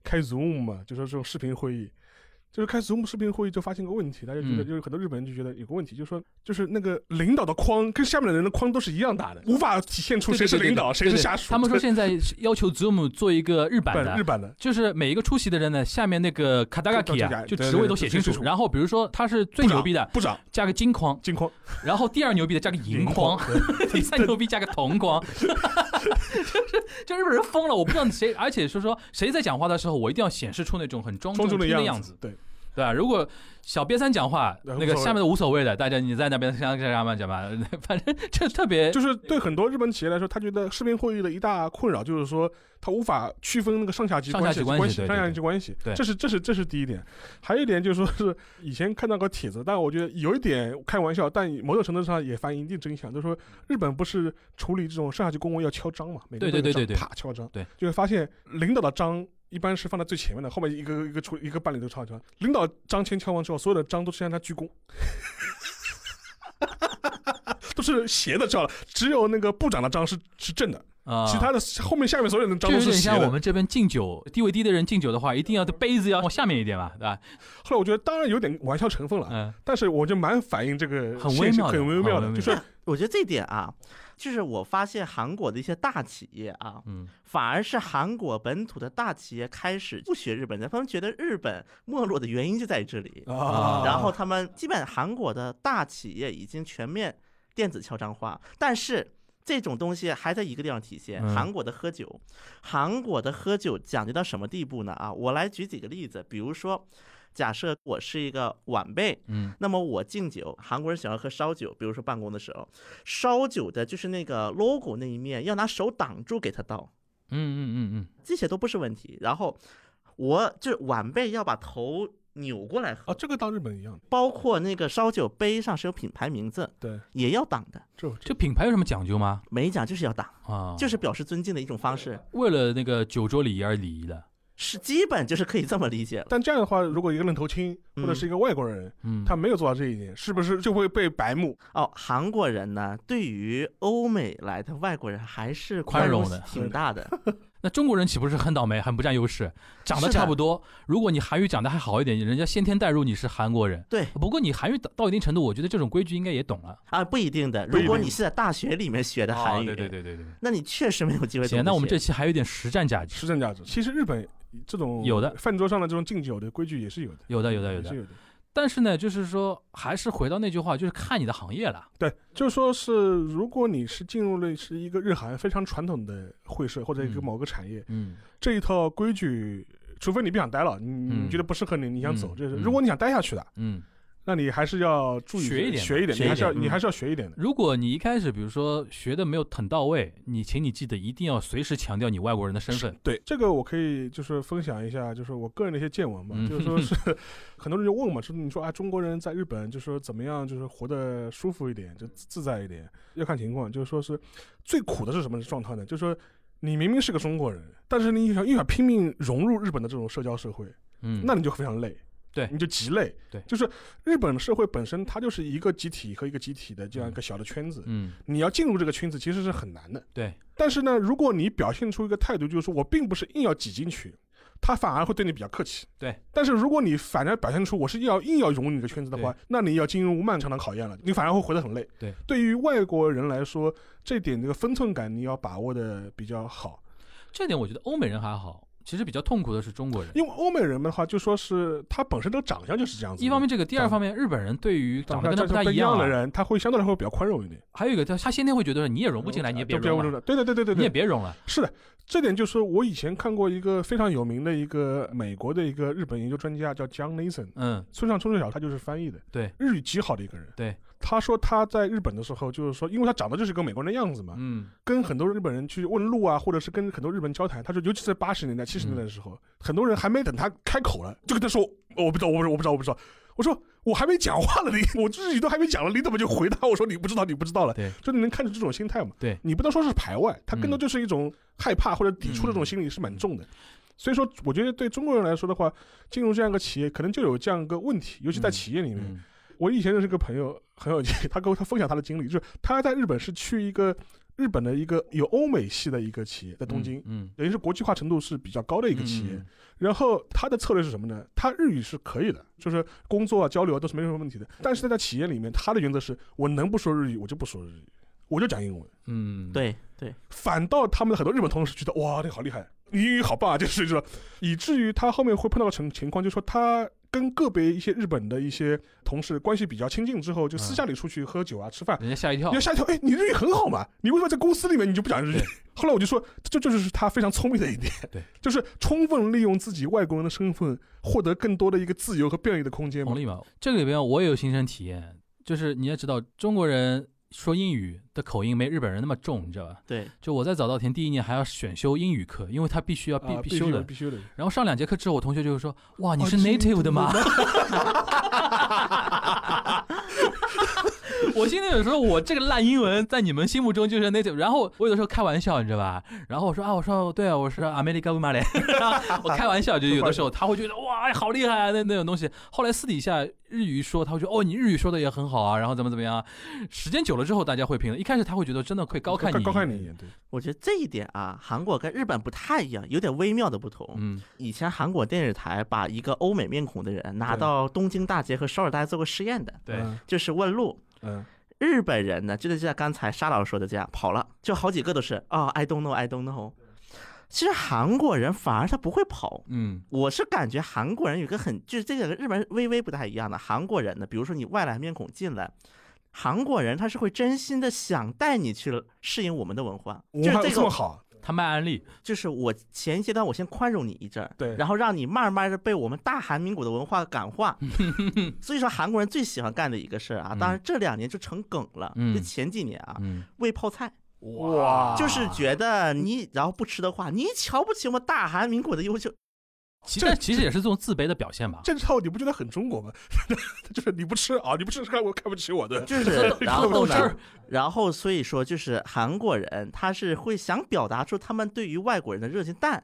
S3: 开 Zoom 嘛，就说这种视频会议，就是开 Zoom 视频会议就发现个问题，大家觉得
S2: 嗯
S3: 就是很多日本人就觉得有个问题，就是说就是那个领导的框跟下面的人的框都是一样大的，无法体现出
S2: 对
S3: 谁
S2: 对
S3: 是
S2: 对对
S3: 领导谁
S2: 对
S3: 是
S2: 对
S3: 下属。
S2: 他们说现在是要求 Zoom 做一个日版
S3: 本日
S2: 的。
S3: 版的
S2: 就是每一个出席的人呢，下面那个卡达 k i 啊，就
S3: 对对对
S2: 职位都写清
S3: 对对
S2: 楚。
S3: 对
S2: 然后比如说他是最牛逼的，
S3: 部长
S2: 加个金框；
S3: 金框
S2: 然后第二牛逼的加个银框， 第三牛逼加个铜 框。就是就日本人疯了，我不知道谁，而且是说谁在讲话的时候，我一定要显示出那种很庄
S3: 庄
S2: 重
S3: 重
S2: 的
S3: 的
S2: 样
S3: 子，，对，
S2: 对吧？如果小瘪三讲话，
S3: 呃
S2: 那个
S3: 无所谓
S2: 下面的无所谓的，大家你在那边想干嘛讲嘛， 反正这特别
S3: 就是对很多日本企业来说，他觉得视频会议的一大困扰就是说，他无法区分那个上下级
S2: 上
S3: 关
S2: 下
S3: 系
S2: 级关
S3: 关
S2: 系对
S3: 上
S2: 对
S3: 下
S2: 对
S3: 级关系，
S2: 对
S3: 这是这是这是第一点。还有一点就是说是以前看到个帖子，但我觉得有一点开玩笑，但某种程度上也反映一定真相，就是说日本不是处理这种上下级公文要敲章嘛，每个
S2: 对对
S3: 人都有
S2: 对对
S3: 章啪敲章，
S2: 对，
S3: 就会发现领导的章。一般是放在最前面的，后面一个一个处一个办理都敲敲。领导章签敲完之后，所有的章都是向他鞠躬， 都是斜的敲了，只有那个部长的章是是正的，
S2: 啊，
S3: 其他的后面下面所有人的章
S2: 就
S3: 都
S2: 有
S3: 是
S2: 点
S3: 斜
S2: 像我
S3: 的。
S2: 们这边敬酒，地位低的人敬酒的话，一定要杯子要往下面一点嘛，对吧？
S3: 后来我觉得当然有点玩笑成分了，
S2: 嗯
S3: 但是我就蛮反映这个
S2: 很
S3: 现
S2: 微
S3: 实
S2: 妙的啊
S3: 很微
S2: 很
S3: 妙
S2: 微
S3: 的，
S2: 妙
S3: 就是
S4: 我觉得这点啊，就是我发现韩国的一些大企业啊，
S2: 嗯，
S4: 反而是韩国本土的大企业开始不学日本的，他们觉得日本没落的原因就在这里。
S3: 哦
S2: 啊
S4: 然后他们基本韩国的大企业已经全面电子敲章化，但是这种东西还在一个地方体现。
S2: 嗯
S4: 韩国的喝酒，韩国的喝酒讲究到什么地步呢？啊，我来举几个例子，比如说，假设我是一个晚辈，
S2: 嗯，
S4: 那么我敬酒，韩国人喜欢喝烧酒，比如说办公的时候，烧酒的就是那个 logo 那一面要拿手挡住给他倒，
S2: 嗯嗯嗯
S4: 这些都不是问题。然后我就是晚辈要把头扭过来喝
S3: 啊，，这个当日本一样的，
S4: 包括那个烧酒杯上是有品牌名字，
S3: 对，
S4: 也要挡的。
S3: 这
S2: 这品牌有什么讲究吗？
S4: 美甲就是要挡，
S2: 啊，
S4: 就是表示尊敬的一种方式，
S2: 为了那个酒桌礼仪而礼仪的，
S4: 是基本就是可以这么理解了。
S3: 但这样的话，如果一个愣头青或者是一个外国人，
S2: 嗯，
S3: 他没有做到这一点，是不是就会被白目？
S4: 哦，韩国人呢，对于欧美来的外国人还是
S2: 宽容
S4: 性
S2: 的
S4: 挺大的。
S2: 那中国人岂不是很倒霉，很不占优势？长得
S4: 是的
S2: 差不多，如果你韩语讲的还好一点，人家先天带入你是韩国人。
S4: 对
S2: 不过你韩语到到一定程度，我觉得这种规矩应该也懂了。啊
S4: 啊，不一定的。
S3: 不一
S4: 如果
S3: 定
S4: 你是在大学里面学的韩语，
S2: 哦对对对对对
S4: 那你确实没有机会
S2: 对。
S4: 懂这些。
S2: 行，那我们这期还有点实战价值，
S3: 实证价值。其实日本这种
S2: 有的
S3: 饭桌上的这种敬酒的规矩也是有的，
S2: 有的有的有
S3: 也是
S2: 的。
S3: 有的。
S2: 但是呢，就是说，还是回到那句话，就是看你的行业了。
S3: 对，就说是如果你是进入了是一个日韩非常传统的会社或者一个
S2: 嗯
S3: 某个产业，
S2: 嗯
S3: 这一套规矩除非你不想待了，你你
S2: 嗯
S3: 觉得不适合你，你想走，
S2: 嗯
S3: 这是
S2: 嗯
S3: 如果你想待下去的，
S2: 嗯，
S3: 那你还是要注意
S2: 学一点
S3: 学一点，
S4: 学
S3: 你
S4: 一
S3: 还是要
S4: 点
S3: 你还
S4: 嗯
S3: 是要学一点的。
S2: 如果你一开始比如说学的没有很到位，你请你记得一定要随时强调你外国人的身份。
S3: 对这个，我可以就是分享一下，就是我个人的一些见闻嘛，
S2: 嗯
S3: 就 是说是很多人就问嘛，就是你说啊，中国人在日本就是说怎么样，就是活得舒服一点，就自自在一点，要看情况。就是说是最苦的是什么状态呢？就是说你明明是个中国人，但是你又想又想拼命融入日本的这种社交社会，
S2: 嗯，
S3: 那你就非常累，
S2: 对
S3: 你就极累，
S2: 对
S3: 就是日本社会本身它就是一个集体和一个集体的这样一个小的圈子，
S2: 嗯，
S3: 你要进入这个圈子其实是很难的。
S2: 对，
S3: 但是呢，如果你表现出一个态度，就是说我并不是硬要挤进去，他反而会对你比较客气。
S2: 对，
S3: 但是如果你反而表现出我是要硬要融入你的圈子的话，那你要进入漫长的考验了，你反而会活得很累。
S2: 对，
S3: 对于外国人来说，这点这个分寸感你要把握的比较好，
S2: 这点我觉得欧美人还好，其实比较痛苦的是中国人。
S3: 因为欧美人的话，就说是他本身这个长相就是这样子的。
S2: 一方面这个，第二
S3: 长
S2: 方面日本人对于长
S3: 嗯长
S2: 得跟他不
S3: 相就是
S2: 太
S3: 不
S2: 一
S3: 一样
S2: 啊
S3: 的，人，他会相对来说比较宽容一点，
S2: 还有一个他他先天会觉得你也融不进来，你也别
S3: 就比较
S2: 融
S3: 温
S2: 了，
S3: 柔的。对对对对对
S2: 你也
S3: 对，
S2: 别融了。
S3: 是的，这点就是我以前看过一个非常有名的一个美国的一个日本研究专家叫 John Nathan，
S2: 嗯
S3: 村上春树小他就是翻译的，
S2: 对，
S3: 日语极好的一个人。
S2: 对，
S3: 他说他在日本的时候，就是说，因为他长得就是个美国人的样子嘛，
S2: 嗯
S3: 跟很多日本人去问路啊，或者是跟很多日本人交谈。他说，尤其在八十年代、七十年代的时候，很多人还没等他开口了，就跟他说：“哦 我不知道，我不知道，我不知道，我不知道。”我说：“我还没讲话了，你我日语都还没讲了，你怎么就回答我说你不知道，你不知道了？”
S2: 对，
S3: 就你能看出这种心态嘛？
S2: 对
S3: 你不能说是排外，他更多
S2: 嗯
S3: 就是一种害怕或者抵触的这种心理是蛮重的。所以说，我觉得对中国人来说的话，进入这样一个企业，可能就有这样一个问题，尤其在
S2: 嗯
S3: 企业里面。
S2: 嗯
S3: 我以前认识个朋友，很有趣，他跟我他分享他的经历，就是他在日本是去一个日本的一个有欧美系的一个企业，在东京，
S2: 嗯，
S3: 等于是国际化程度是比较高的
S2: 这
S3: 一个企业。然后他的策略是什么呢？他日语是可以的，就是工作啊、交流啊都是没什么问题的。但是他在企业里面，他的原则是我能不说日语我就不说日语，我就讲英文。
S2: 嗯，
S4: 对对，
S3: 反倒他们的很多日本同事觉得哇，你好厉害，你英语好棒啊， 就是说，以至于他后面会碰到个情情况，就说他跟个别一些日本的一些同事关系比较亲近之后，就
S2: 嗯
S3: 私下里出去喝酒啊、吃饭，
S2: 人家吓一跳
S3: 人家，吓一跳，哎，你日语很好嘛，你为什么在公司里面你就不讲日语
S2: 对？
S3: 后来我就说，这这就是他非常聪明的一点，
S2: 对，
S3: 就是充分利用自己外国人的身份，获得更多的一个自由和便利的空间嘛
S2: 红。利嘛。这个里边我也有亲身体验，就是你也知道，中国人说英语的口音没日本人那么重，你知道吧？
S4: 对，
S2: 就我在早稻田第一年还要选修英语课，因为他必须要必、
S3: 啊，
S2: 必
S3: 必须
S2: 修的。
S3: 必须的。
S2: 然后上两节课之后，我同学就会说：“哇，你
S3: 哦
S2: 是
S3: 这
S2: native 的吗？”我心里有时候我这个烂英文在你们心目中就是 native，然后我有的时候开玩笑，你知道吧？然后我说啊，我说对啊，我是 America w o m a 我开玩笑，就有的时候他会觉得哇，好厉害啊，那那种东西。后来私底下日语说，他会说哦，你日语说的也很好啊，然后怎么怎么样。时间久了之后，大家会评论。一开始他会觉得真的 会高看你，嗯
S3: 高看你一眼，对，
S4: 我觉得这一点啊，韩国跟日本不太一样，有点微妙的不同。
S2: 嗯，
S4: 以前韩国电视台把一个欧美面孔的人拿
S3: 对
S4: 到东京大街和首尔大街做过实验的，
S2: 对，
S3: 嗯
S4: 就是问路。
S3: 嗯，
S4: 日本人呢，就是像刚才沙老师说的这样，跑了，就好几个都是啊、i don't know，I don't know。其实韩国人反而他不会跑，
S2: 嗯
S4: 我是感觉韩国人有一个很，就是这个跟日本人微微不太一样的。韩国人呢，比如说你外来面孔进来，韩国人他是会真心的想带你去适应我们的文化，
S3: 文
S4: 就是
S3: 化
S4: 这
S3: 这么
S4: 个，
S3: 好，
S2: 他卖安利，
S4: 就是我前一阶段我先宽容你一阵儿，
S3: 对
S4: 然后让你慢慢的被我们大韩民国的文化 感化。所以说韩国人最喜欢干的一个事儿啊，当然这两年就成梗了，
S2: 嗯
S4: 就前几年啊，
S2: 嗯，啊
S4: 喂泡菜。
S3: 哇
S4: 就是觉得你，然后不吃的话，你瞧不起我们大韩民国的优秀，
S2: 其
S3: 这
S2: 但其实也是这种自卑的表现吧。
S3: 这套你不觉得很中国吗？ 就是你不吃啊，你不吃看我看不起我的。
S4: 就是，然
S2: 豆
S4: 后
S2: 汁
S4: 呢
S2: 儿，
S4: 然后所以说就是韩国人他是会想表达出他们对于外国人的热情，但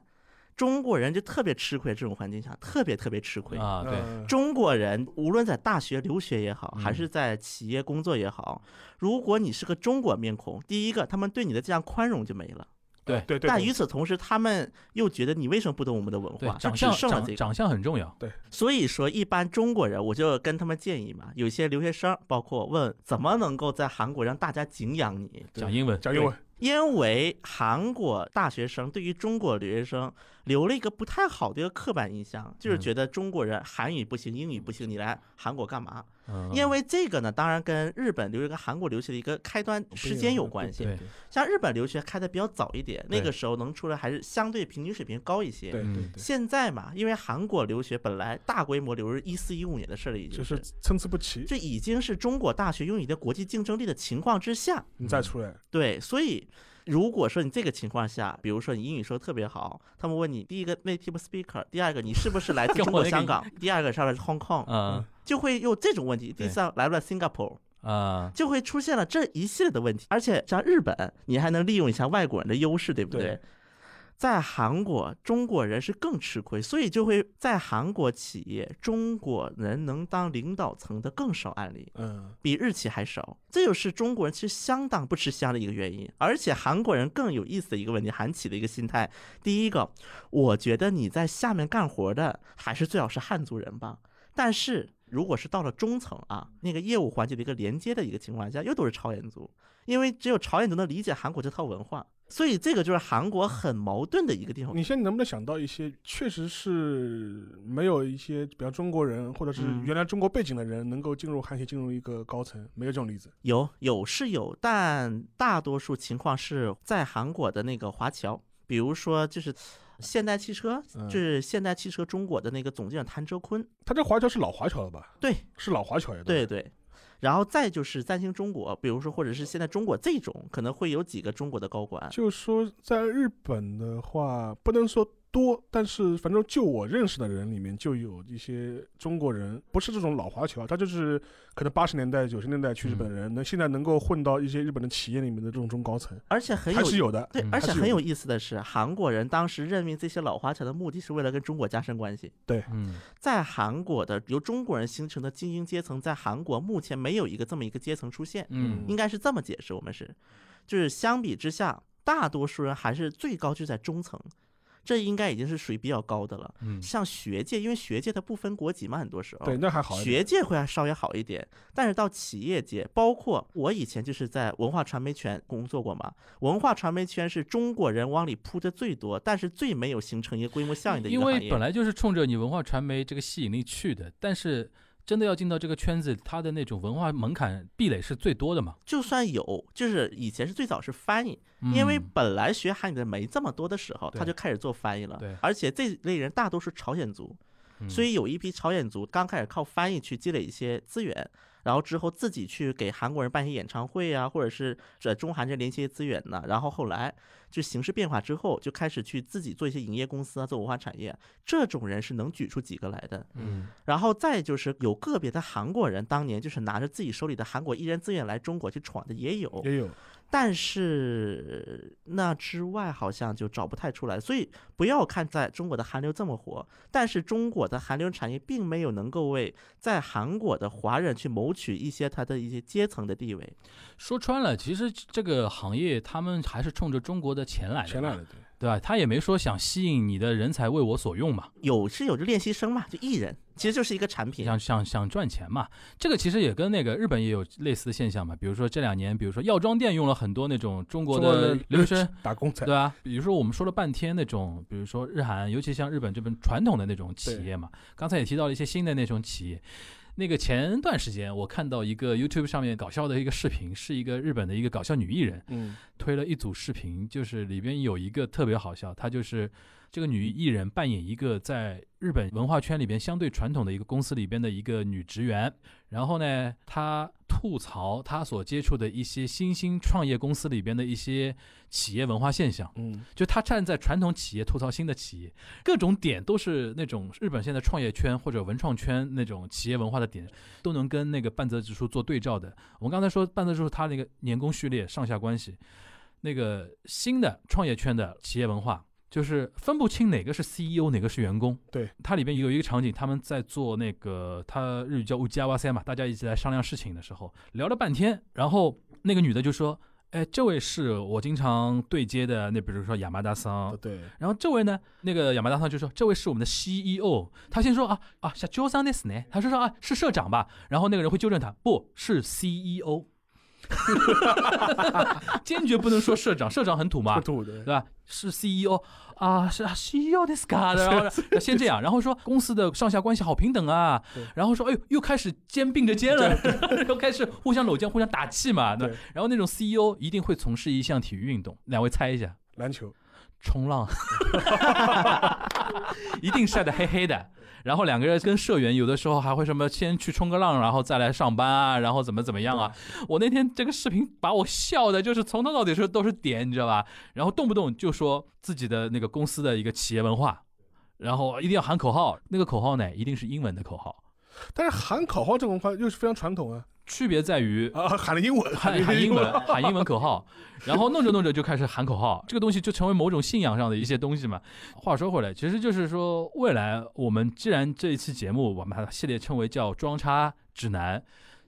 S4: 中国人就特别吃亏，这种环境下特别特别吃亏。
S2: 啊，对，
S3: 嗯
S4: 中国人无论在大学留学也好，
S2: 嗯
S4: 还是在企业工作也好，如果你是个中国面孔，第一个他们对你的这样宽容就没了，
S2: 对
S3: 对对，
S4: 但
S3: 对
S4: 与此同时，他们又觉得你为什么不懂我们的文
S2: 对
S4: 化，，就
S2: 长
S4: 只
S2: 相
S4: 剩了
S2: 长
S4: 这个。
S2: 长相很重要。
S4: 所以说，一般中国人，我就跟他们建议嘛，有些留学生，包括问怎么能够在韩国让大家敬仰你，
S3: 对
S2: 讲英文，
S3: 讲英文，
S4: 因为韩国大学生对于中国留学生留了一个不太好的一个刻板印象，就是
S2: 嗯
S4: 觉得中国人韩语不行，英语不行，你来韩国干嘛？
S2: 嗯
S4: 因为这个呢，当然跟日本留学跟韩国留学的一个开端时间有关系。
S2: 对
S4: 像日本留学开的比较早一点，那
S3: 对
S4: 个时候能出来还是相对平均水平高一些。
S3: 对对
S2: 嗯
S3: 对，
S4: 现在嘛，因为韩国留学本来大规模流入一四一五年的事了，已经
S3: 就是
S4: 是
S3: 参差不齐，
S4: 这已经是中国大学拥有的国际竞争力的情况之下，
S3: 你再出来，
S4: 对，所以如果说你这个情况下，比如说你英语说得特别好，他们问你第一个 native speaker，第二个你是不是来自
S2: 跟
S4: 中
S2: 我那
S4: 国
S2: 个
S4: 香
S2: 一
S4: 港，第二个上面是 Hong Kong，
S2: 嗯
S4: 就会有这种问题。第
S2: 对
S4: 三来不了 Singapore，
S2: 啊
S4: 就会出现了这一系列的问题。而且像日本，你还能利用一下外国人的优势，对不
S3: 对
S4: 在韩国，中国人是更吃亏，所以就会在韩国企业，中国人能当领导层的更少案例。
S3: 嗯，
S4: 比日企还少，这就是中国人其实相当不吃香的一个原因。而且韩国人更有意思的一个问题，韩企的一个心态。第一个，我觉得你在下面干活的还是最好是汉族人吧，但是如果是到了中层啊，那个业务环节的一个连接的一个情况下，又都是朝鲜族，因为只有朝鲜族能理解韩国这套文化，所以这个就是韩国很矛盾的一个地方。
S3: 你现在能不能想到一些确实是没有一些，比方中国人或者是
S4: 嗯
S3: 原来中国背景的人能够进入韩协进入一个高层，没有这种例子。
S4: 有有是有，但大多数情况是在韩国的那个华侨，比如说就是现代汽车，
S3: 嗯
S4: 就是现代汽车中国的那个总经理谭哲坤，
S3: 他这华侨是老华侨了吧？
S4: 对
S3: 是老华侨呀。
S4: 对
S3: 吧，
S4: 对。然后再就是三星中国，比如说或者是现在中国这种，可能会有几个中国的高
S2: 啊
S4: 管，
S3: 就说在日本的话，不能说多，但是反正就我认识的人里面，就有一些中国人，不是这种老华侨啊，他就是可能八十年代、九十年代去日本的
S2: 嗯
S3: 人，能现在能够混到一些日本的企业里面的这种中高层，
S4: 而且很
S3: 还
S4: 有
S3: 是有的。
S4: 对
S2: 嗯，
S4: 而
S3: 还
S4: 且
S3: 是
S4: 很
S3: 有
S4: 有意思的是，韩国人当时任命这些老华侨的目的是为了跟中国加深关系。
S2: 嗯
S4: 在韩国的由中国人形成的精英阶层，在韩国目前没有一个这么一个阶层出现。
S2: 嗯
S4: 应该是这么解释，我们是，就是相比之下，大多数人还是最高就在中层，这应该已经是属于比较高的了。
S2: 嗯
S4: 像学界，因为学界它不分国籍嘛，很多时候，
S3: 对，那还好一点。
S4: 学界会稍微好一点，但是到企业界，包括我以前就是在文化传媒圈工作过嘛，文化传媒圈是中国人往里扑的最多，但是最没有形成一个规模效应的一
S2: 因
S4: 个行
S2: 为
S4: 业。
S2: 本来就是冲着你文化传媒这个吸引力去的，但是真的要进到这个圈子，它的那种文化门槛壁垒是最多的嘛。嗯
S4: 就算有，就是以前是最早是翻译，因为本来学韩语的没这么多的时候，他
S2: 对
S4: 就开始做翻译了
S2: 对。
S4: 而且这类人大多数朝鲜族，
S2: 嗯
S4: 所以有一批朝鲜族刚开始靠翻译去积累一些资源，然后之后自己去给韩国人办一些演唱会啊，或者是在中韩这联系一些资源呢。然后后来就形势变化之后，就开始去自己做一些营业公司啊，做文化产业。这种人是能举出几个来的。
S2: 嗯
S4: 然后再就是有个别的韩国人，当年就是拿着自己手里的韩国艺人资源来中国去闯的也有，
S3: 也有，
S4: 但是那之外好像就找不太出来，所以不要看在中国的韩流这么火，但是中国的韩流产业并没有能够为在韩国的华人去谋取一些他的一些阶层的地位。
S2: 说穿了，其实这个行业他们还是冲着中国的钱来的嘛，
S3: 全来了，对。
S2: 对吧？他也没说想吸引你的人才为我所用嘛，
S4: 有是有这练习生嘛，就艺人，其实就是一个产品。
S2: 想想想赚钱嘛。这个其实也跟那个日本也有类似的现象嘛，比如说这两年，比如说药妆店用了很多那种中国
S3: 中国
S2: 的
S3: 人
S2: 留学生，
S3: 打工仔，
S2: 对啊，比如说我们说了半天那种，比如说日韩，尤其像日本这边传统的那种企业嘛，刚才也提到了一些新的那种企业。那个前段时间我看到一个 YouTube 上面搞笑的一个视频，是一个日本的一个搞笑女艺人
S3: 嗯，
S2: 推了一组视频，就是里边有一个特别好笑，她就是这个女艺人扮演一个在日本文化圈里边相对传统的一个公司里边的一个女职员，然后呢，她吐槽她所接触的一些新兴创业公司里边的一些企业文化现象。
S3: 嗯，
S2: 就他站在传统企业吐槽新的企业，各种点都是那种日本现在创业圈或者文创圈那种企业文化的点，都能跟那个半泽直树做对照的。我们刚才说半泽直树他那个年功序列上下关系，那个新的创业圈的企业文化。就是分不清哪个是 CEO，哪个是员工。
S3: 对，
S2: 它里边有一个场景，他们在做那个，他日语叫乌加哇塞嘛，大家一起来商量事情的时候，聊了半天，然后那个女的就说：“哎，这位是我经常对接的，那比如说亚麻达桑，
S3: 哦对，
S2: 然后这位呢，那个亚麻大桑就说：“这位是我们的 CEO。”他先说啊啊，是周桑内斯呢？他说说啊，是社长吧？然后那个人会纠正他，不是 CEO。 坚决不能说社长，社长很土嘛
S3: 不，土的
S2: 对。吧？是 CEO 啊，是啊 CEO 的 s c a 然后先这样，然后说公司的上下关系好平等啊
S3: 对，
S2: 然后说哎呦又开始肩并着肩了， 又开始互相搂肩、互相打气嘛。对
S3: 对，
S2: 然后那种 CEO 一定会从事一项体育运动，两位猜一下，
S3: 篮球，
S2: 冲浪，一定晒得黑黑的。然后两个人跟社员有的时候还会什么先去冲个浪，然后再来上班啊，然后怎么怎么样啊。我那天这个视频把我笑的，就是从头到尾是都是点，你知道吧？然后动不动就说自己的那个公司的一个企业文化，然后一定要喊口号，那个口号呢一定是英文的口号，
S3: 但是喊口号这种话又是非常传统啊
S2: 区别在于
S3: 啊，喊了英文，
S2: 喊
S3: 了
S2: 喊英文，喊英文口号，然后弄着弄着就开始喊口号，这个东西就成为某种信仰上的一些东西嘛。话说回来，其实就是说，未来我们既然这一期节目我们把它系列称为叫“装叉指南”，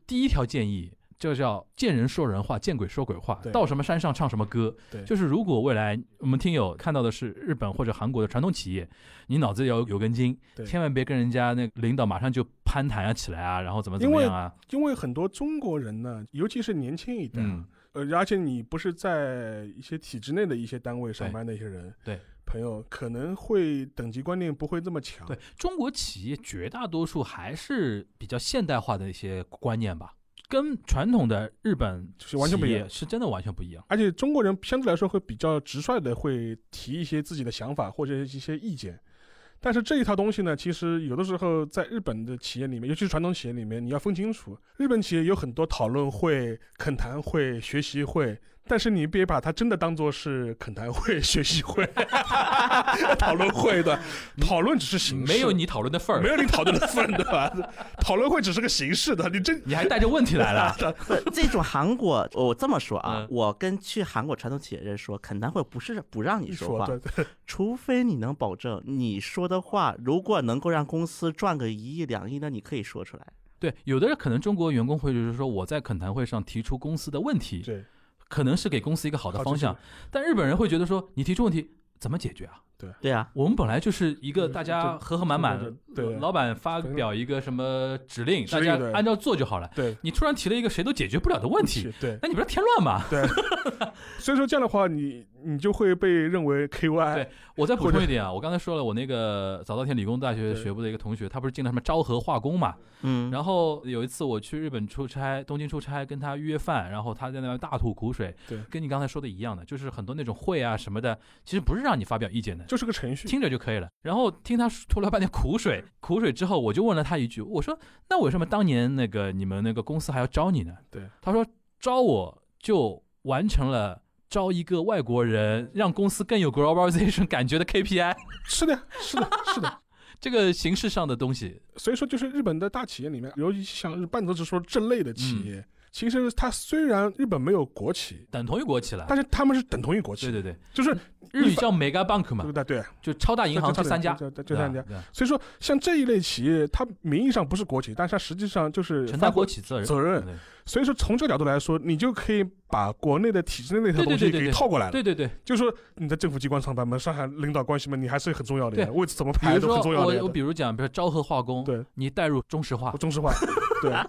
S2: 第一条建议就叫“见人说人话，见鬼说鬼话”，
S3: 对
S2: 到什么山上唱什么歌。
S3: 对
S2: 就是如果未来我们听友看到的是日本或者韩国的传统企业，你脑子里要有根筋
S3: 对，
S2: 千万别跟人家那个领导马上就攀谈啊起来啊，然后怎么怎
S3: 因
S2: 么
S3: 为
S2: 样啊，
S3: 因为很多中国人呢，尤其是年轻一代，
S2: 嗯，
S3: 呃，而且你不是在一些体制内的一些单位上班的一些人，
S2: 对
S3: 朋友可能会等级观念不会这么强，
S2: 对，中国企业绝大多数还是比较现代化的一些观念吧，跟传统的日本
S3: 就是完全不一
S2: 企
S3: 样
S2: 业。是真的完全不一样。
S3: 而且中国人相对来说会比较直率的，会提一些自己的想法或者一些意见。但是这一套东西呢，其实有的时候在日本的企业里面，尤其是传统企业里面，你要分清楚，日本企业有很多讨论会、恳谈会、学习会，但是你别把它真的当做是恳谈会、 学习会、讨论会的，讨论只是形式，
S2: 没有你讨论的份
S3: 没
S2: 儿，
S3: 有你讨论的份儿，对吧？讨论会只是个形式的，你真
S2: 你还带着问题来 了。
S4: 不，这种韩国，我这么说啊
S2: 嗯，
S4: 我跟去韩国传统企业人说，恳谈会不是不让你
S3: 一
S4: 说
S3: 说
S4: 话
S3: 对，对
S4: 除非你能保证你说的话，如果能够让公司赚个一亿两亿，那你可以说出来。
S2: 对，有的人可能中国员工会就是说我在恳谈会上提出公司的问题，
S3: 对，
S2: 可能是给公司一个好的
S3: 好
S2: 方
S3: 就是
S2: 向，但日本人会觉得说你提出问题怎么解决啊？
S4: 对啊，
S2: 我们本来就是一个
S3: 对
S2: 大
S3: 就
S2: 家和和满满，
S3: 对对
S2: 老板发表一个什么指令，
S3: 指
S2: 大
S3: 令
S2: 家
S3: 对
S2: 按照做就好了。
S3: 对
S2: 你突然提了一个谁都解决不了的问题，
S3: 对。
S2: 哎那你不是添乱吗？
S3: 所以说这样的话，你你就会被认为 KY，
S2: 对我再补
S3: 或者
S2: 充一点啊，我刚才说了，我那个早稻田理工大学
S3: 对
S2: 学部的一个同学，他不是进了什么昭和化工嘛？
S4: 嗯，
S2: 然后有一次我去日本出差，东京出差，跟他约饭，然后他在那边大吐苦水，
S3: 对
S2: 跟你刚才说的一样的，就是很多那种会啊什么的，其实不是让你发表意见的，
S3: 就是个程序。
S2: 听着就可以了。然后听他吐了半天苦水，
S3: 嗯
S2: 苦水之后，我就问了他一句，我说：“那为什么当年那个你们那个公司还要招你呢？”
S3: 对，
S2: 他说：“招我就完成了。”招一个外国人，让公司更有 globalization 感觉的 KPI，
S3: 是的，是的，是的。
S2: 这个形式上的东西，
S3: 所以说，就是日本的大企业里面，尤其像日半泽直说这类的企业，
S2: 嗯
S3: 其实它虽然日本没有国企，
S2: 等同于国企了。
S3: 但是他们是等同于国企，
S2: 啊对对对，
S3: 就是
S2: 日语叫 mega bank
S3: 对
S2: 嘛
S3: 不，对？对，
S2: 就超大银行这三家，啊
S3: 这这这三家。
S2: 对吧，
S3: 所以说，像这一类企业，它名义上不是国企，但是它实际上就是
S2: 对承担
S3: 发
S2: 国企责任。
S3: 责任。
S2: 对
S3: 所以说，从这个角度来说，你就可以把国内的体制内那套
S2: 对对
S3: 东西
S2: 对对
S3: 给
S2: 对
S3: 套过来了。
S2: 对对对，
S3: 就是说你在政府机关上班嘛，上海领导关系嘛，你还是很重要的呀。
S2: 对
S3: 位置怎么
S2: 比
S3: 排
S2: 如
S3: 都很重
S2: 说
S3: 要的
S2: 我我
S3: 呀。
S2: 比如讲，比如说昭和化工，
S3: 对，
S2: 你带入中石化
S3: 我，中石化，对啊，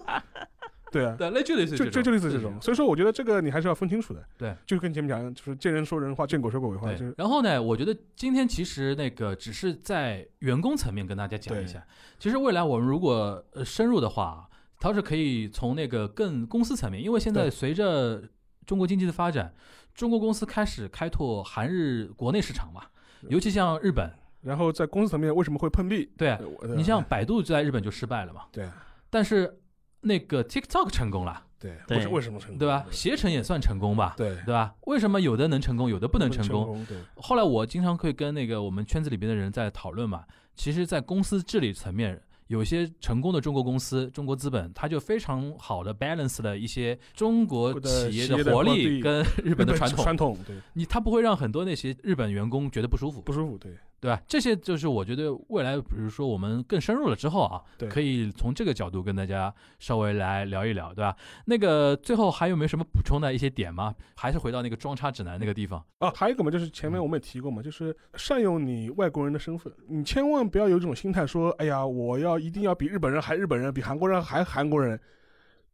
S3: 对啊，
S2: 对，那就类似于
S3: 就就就类似这种。。所以说，我觉得这个你还是要分清楚的。
S2: 对，
S3: 就是跟前面讲，就是见人说人话，见鬼说鬼话，
S2: 对
S3: 就是，
S2: 然后呢？我觉得今天其实那个只是在员工层面跟大家讲一下。其实未来我们如果呃深入的话，它是可以从那个更公司层面，因为现在
S3: 对
S2: 随着中国经济的发展，中国公司开始开拓韩日国内市场嘛，
S3: 对
S2: 尤其像日本，
S3: 然后在公司层面为什么会碰壁？
S2: 对，啊
S3: 呃我
S2: 你像百度就在日本就失败了嘛，
S3: 对
S2: 但是那个 TikTok 成功了，
S3: 对
S4: 对
S3: 为什为什么成功？
S2: 嗯对吧？携程也算成功吧，
S3: 对，
S2: 对吧？为什么有的能成功，有的不能成功？
S3: 功，对
S2: 后来我经常会跟那个我们圈子里边的人在讨论嘛，其实，在公司治理层面。有些成功的中国公司、中国资本，它就非常好的 balance 了一些中国企业的活力跟日本的传统，
S3: 传统对
S2: 你它不会让很多那些日本员工觉得不舒服。
S3: 不舒服，对
S2: 对吧？这些就是我觉得未来，比如说我们更深入了之后啊
S3: 对，
S2: 可以从这个角度跟大家稍微来聊一聊，对吧？那个最后还有没有什么补充的一些点吗？还是回到那个装叉指南那个地方？
S3: 啊，还有一个嘛，就是前
S2: 嗯
S3: 面我们也提过嘛，就是善用你外国人的身份，你千万不要有一种心态说，哎呀，我要一定要比日本人还日本人，比韩国人还韩国人。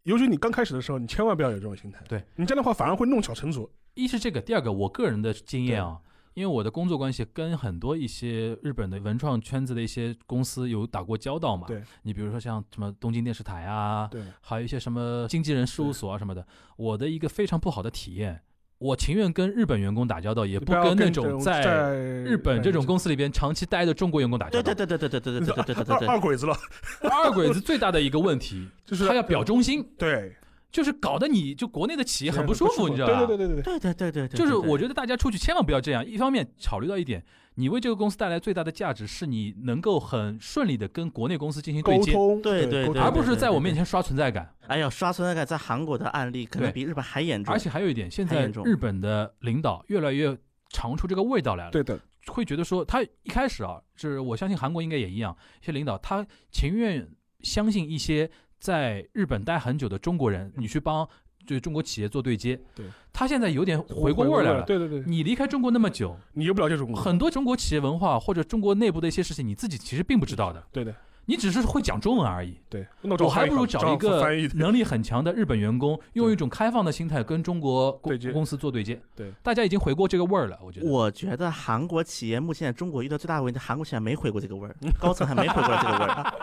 S3: 尤其你刚开始的时候，你千万不要有这种心态。
S2: 对
S3: 你这样的话，反而会弄巧成拙。
S2: 一是这个，第二个我个人的经验啊，因为我的工作关系跟很多一些日本的文创圈子的一些公司有打过交道嘛。
S3: 对，
S2: 你比如说像什么东京电视台啊，
S3: 对，
S2: 还有一些什么经纪人事务所啊什么的，我的一个非常不好的体验，我情愿跟日本员工打交道，也
S3: 你
S2: 不
S3: 要
S2: 跟那
S3: 这
S2: 种在
S3: 在
S2: 日本这种
S3: 公
S2: 公司里边长期待的中国员工 打交
S4: 对
S2: 道
S4: 对。对对对对对对对对对对
S3: 二
S4: 对，
S3: 二鬼子了，
S2: 二鬼子最大的一个问题，
S3: 就是啊
S2: 他要表忠心，
S3: 对，
S2: 就是搞得你就国内的企业很不舒服，你知道吧？
S3: 对对对对对，
S4: 对对对对对，
S2: 就是我
S4: 觉
S2: 觉得大家出去千万不要这样。一方面考虑到一点，你为这个公司带来最大的价值是你能够很顺利的跟国内公司进行对
S3: 沟
S2: 接，
S3: 通，
S4: 对对
S3: 沟
S4: 对
S3: 通
S2: 而不是在我面前刷存在感。
S4: 哎呀，刷存在感在韩国的案例可能
S2: 对
S4: 比日本还严重，
S2: 而且还有一点，现
S4: 太
S2: 在
S4: 严重了
S2: 日本的领导越来越尝出这个味道来了，
S3: 对的，
S2: 会觉得说他一开始啊，是我相信韩国应该也一样，一些领导他情愿相信一些在日本待很久的中国人，你去帮就是中国企业做对接。
S3: 对，
S2: 他现在有点哎回过味儿来了。
S3: 对对对，
S2: 你离开中国那么久，
S3: 你有不了这种
S2: 很多中国企业文化或者中国内部的一些事情，你自己其实并不知道的，
S3: 嗯对的，
S2: 你只是会讲中文而已。
S3: 对，那
S2: 我哦还不如
S3: 找
S2: 找一个
S3: 翻译的，
S2: 能力很强的日本员工，用一种开放的心态跟中国公
S3: 对接
S2: 公司做对接。
S3: 对，
S2: 大家已经回过这个味儿了，我觉得。
S4: 我觉得韩国企业目前中国遇到最大的问题，韩国企业没回过这个味儿，高层还没回过这个味 儿。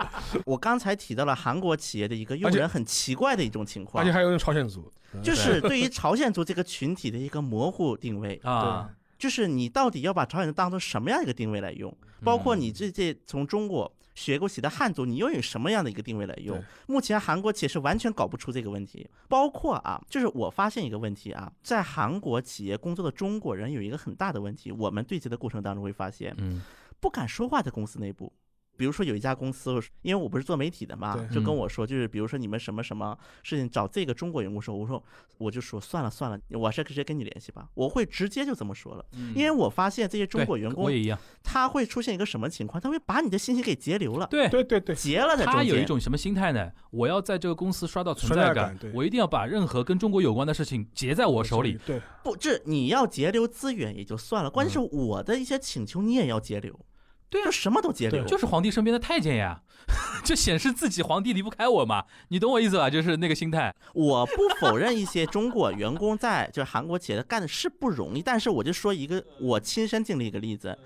S4: 我刚才提到了韩国企业的一个用
S3: 而且
S4: 人很奇怪的一种情
S3: 而
S4: 况
S3: 且，还有那种朝鲜族，
S4: 就是对于朝鲜族这个群体的一个模糊定位，
S2: 啊，
S4: 就是你到底要把朝鲜族当成什么样一个定位来用，包括你这这从中国学过习的汉族，你又有什么样的一个定位来用
S3: 对？
S4: 目前韩国企业是完全搞不出这个问题。包括啊，就是我发现一个问题啊，在韩国企业工作的中国人有一个很大的问题，我们对接的过程当中会发现，
S2: 嗯，
S4: 不敢说话在公司内部。比如说有一家公司，因为我不是做媒体的嘛
S3: 对，
S4: 就
S2: 嗯
S4: 跟我说，就是比如说你们什么什么事情找这个中国员工说，我说我就说算了算了，我还是直接跟你联系吧，我会直接就这么说了，因为我发现这些中
S2: 嗯对
S4: 国员
S2: 我
S4: 工
S2: 也一样，
S4: 他会出现一个什么情况？他会把你的信息给截流了，
S2: 对。
S3: 对对对，
S4: 截了在中
S2: 他
S4: 间。
S2: 有一种什么心态呢？我要在这个公司刷到存
S3: 存在
S2: 在
S3: 感对
S2: 我一定要把任何跟中国有关的事情截在我手里。，
S3: 对，
S4: 不，这你要截流资源也就算了，关键是我的一些请求你也要截流，
S2: 嗯对啊
S4: 就什么都截流。
S2: 就是皇帝身边的太监呀， 就显示自己皇帝离不开我嘛，你懂我意思吧？就是那个心态。
S4: 我不否认一些中国员工在就是韩国企业干的是不容易，但是我就说一个我亲身经历一个例子，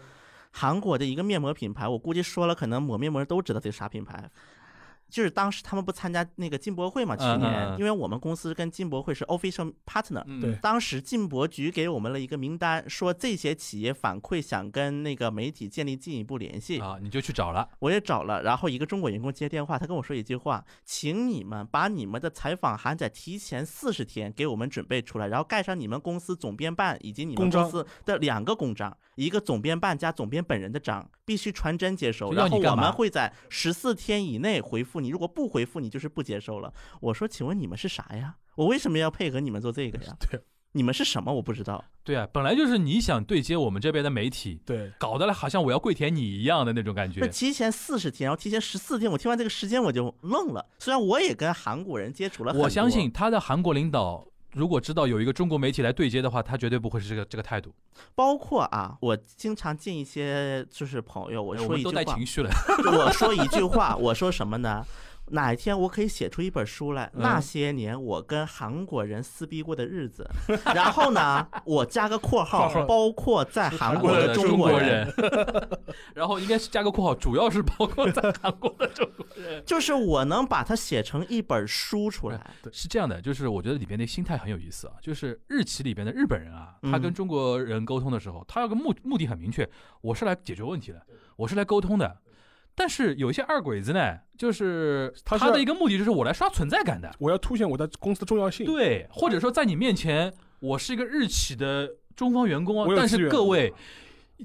S4: 韩国的一个面膜品牌，我估计说了可能抹面膜都知道这是啥品牌。就是当时他们不参加那个进博会嘛，去
S2: 嗯嗯
S4: 年，
S2: 嗯
S4: 因为我们公司跟进博会是 official partner，
S2: 嗯
S3: 对
S4: 当时进博局给我们了一个名单，说这些企业反馈想跟那个媒体建立进一步联系，
S2: 啊，你就去找了。
S4: 我也找了，然后一个中国员工接电话，他跟我说一句话：“请你们把你们的采访函在提前四十天给我们准备出来，然后盖上你们公司总编办以及你们
S3: 公章
S4: 公司的两个公章，一个总编办加总编本人的章，必须传真接收。
S2: 这要
S4: 然
S2: 你
S4: 后我
S2: 干嘛
S4: 们会在十四天以内回复你，如果不回复你就是不接收了。”我说：“请问你们是啥呀？我为什么要配合你们做这个呀？
S3: 对
S4: 你们是什么？我不知道。”
S2: 对啊，本来就是你想对接我们这边的媒体，
S3: 对，
S2: 搞得来好像我要跪舔你一样的那种感
S4: 那
S2: 觉。
S4: 提前四十天，然后提前十四天，我听完这个时间我就愣了。虽然我也跟韩国人接触了很多，
S2: 我相信他的韩国领导如果知道有一个中国媒体来对接的话，他绝对不会是这个这个态度。
S4: 包括啊，我经常见一些就是朋友，我
S2: 哎我
S4: 说
S2: 们
S4: 一句
S2: 都带
S4: 话
S2: 情，绪了。
S4: 我说一句话，我说什么呢？哪一天我可以写出一本书来？
S2: 嗯
S4: 那些年我跟韩国人撕逼过的日子，然后呢，我加个括
S3: 括
S4: 号
S3: 号，
S4: 包括在韩国的
S2: 中
S4: 国人，
S2: 人， 然后应该是加个括号，主要是包括在韩国的中国人。
S4: 就是我能把它写成一本书出来。
S2: 是这样的，就是我觉得里边的心态很有意思啊，就是日企里边的日本人啊，
S4: 嗯
S2: 他跟中国人沟通的时候，他有个目目的很明确，我是来解决问题的，我是来沟通的。但是有一些二鬼子呢，就是
S3: 他是
S2: 的一个目的就是我来刷存在感的，
S3: 我要凸显我在公司的重要性，
S2: 对，或者说在你面前，我是一个日企的中方员工啊
S3: 我，有
S2: 但
S3: 资
S2: 是
S3: 源
S2: 各位，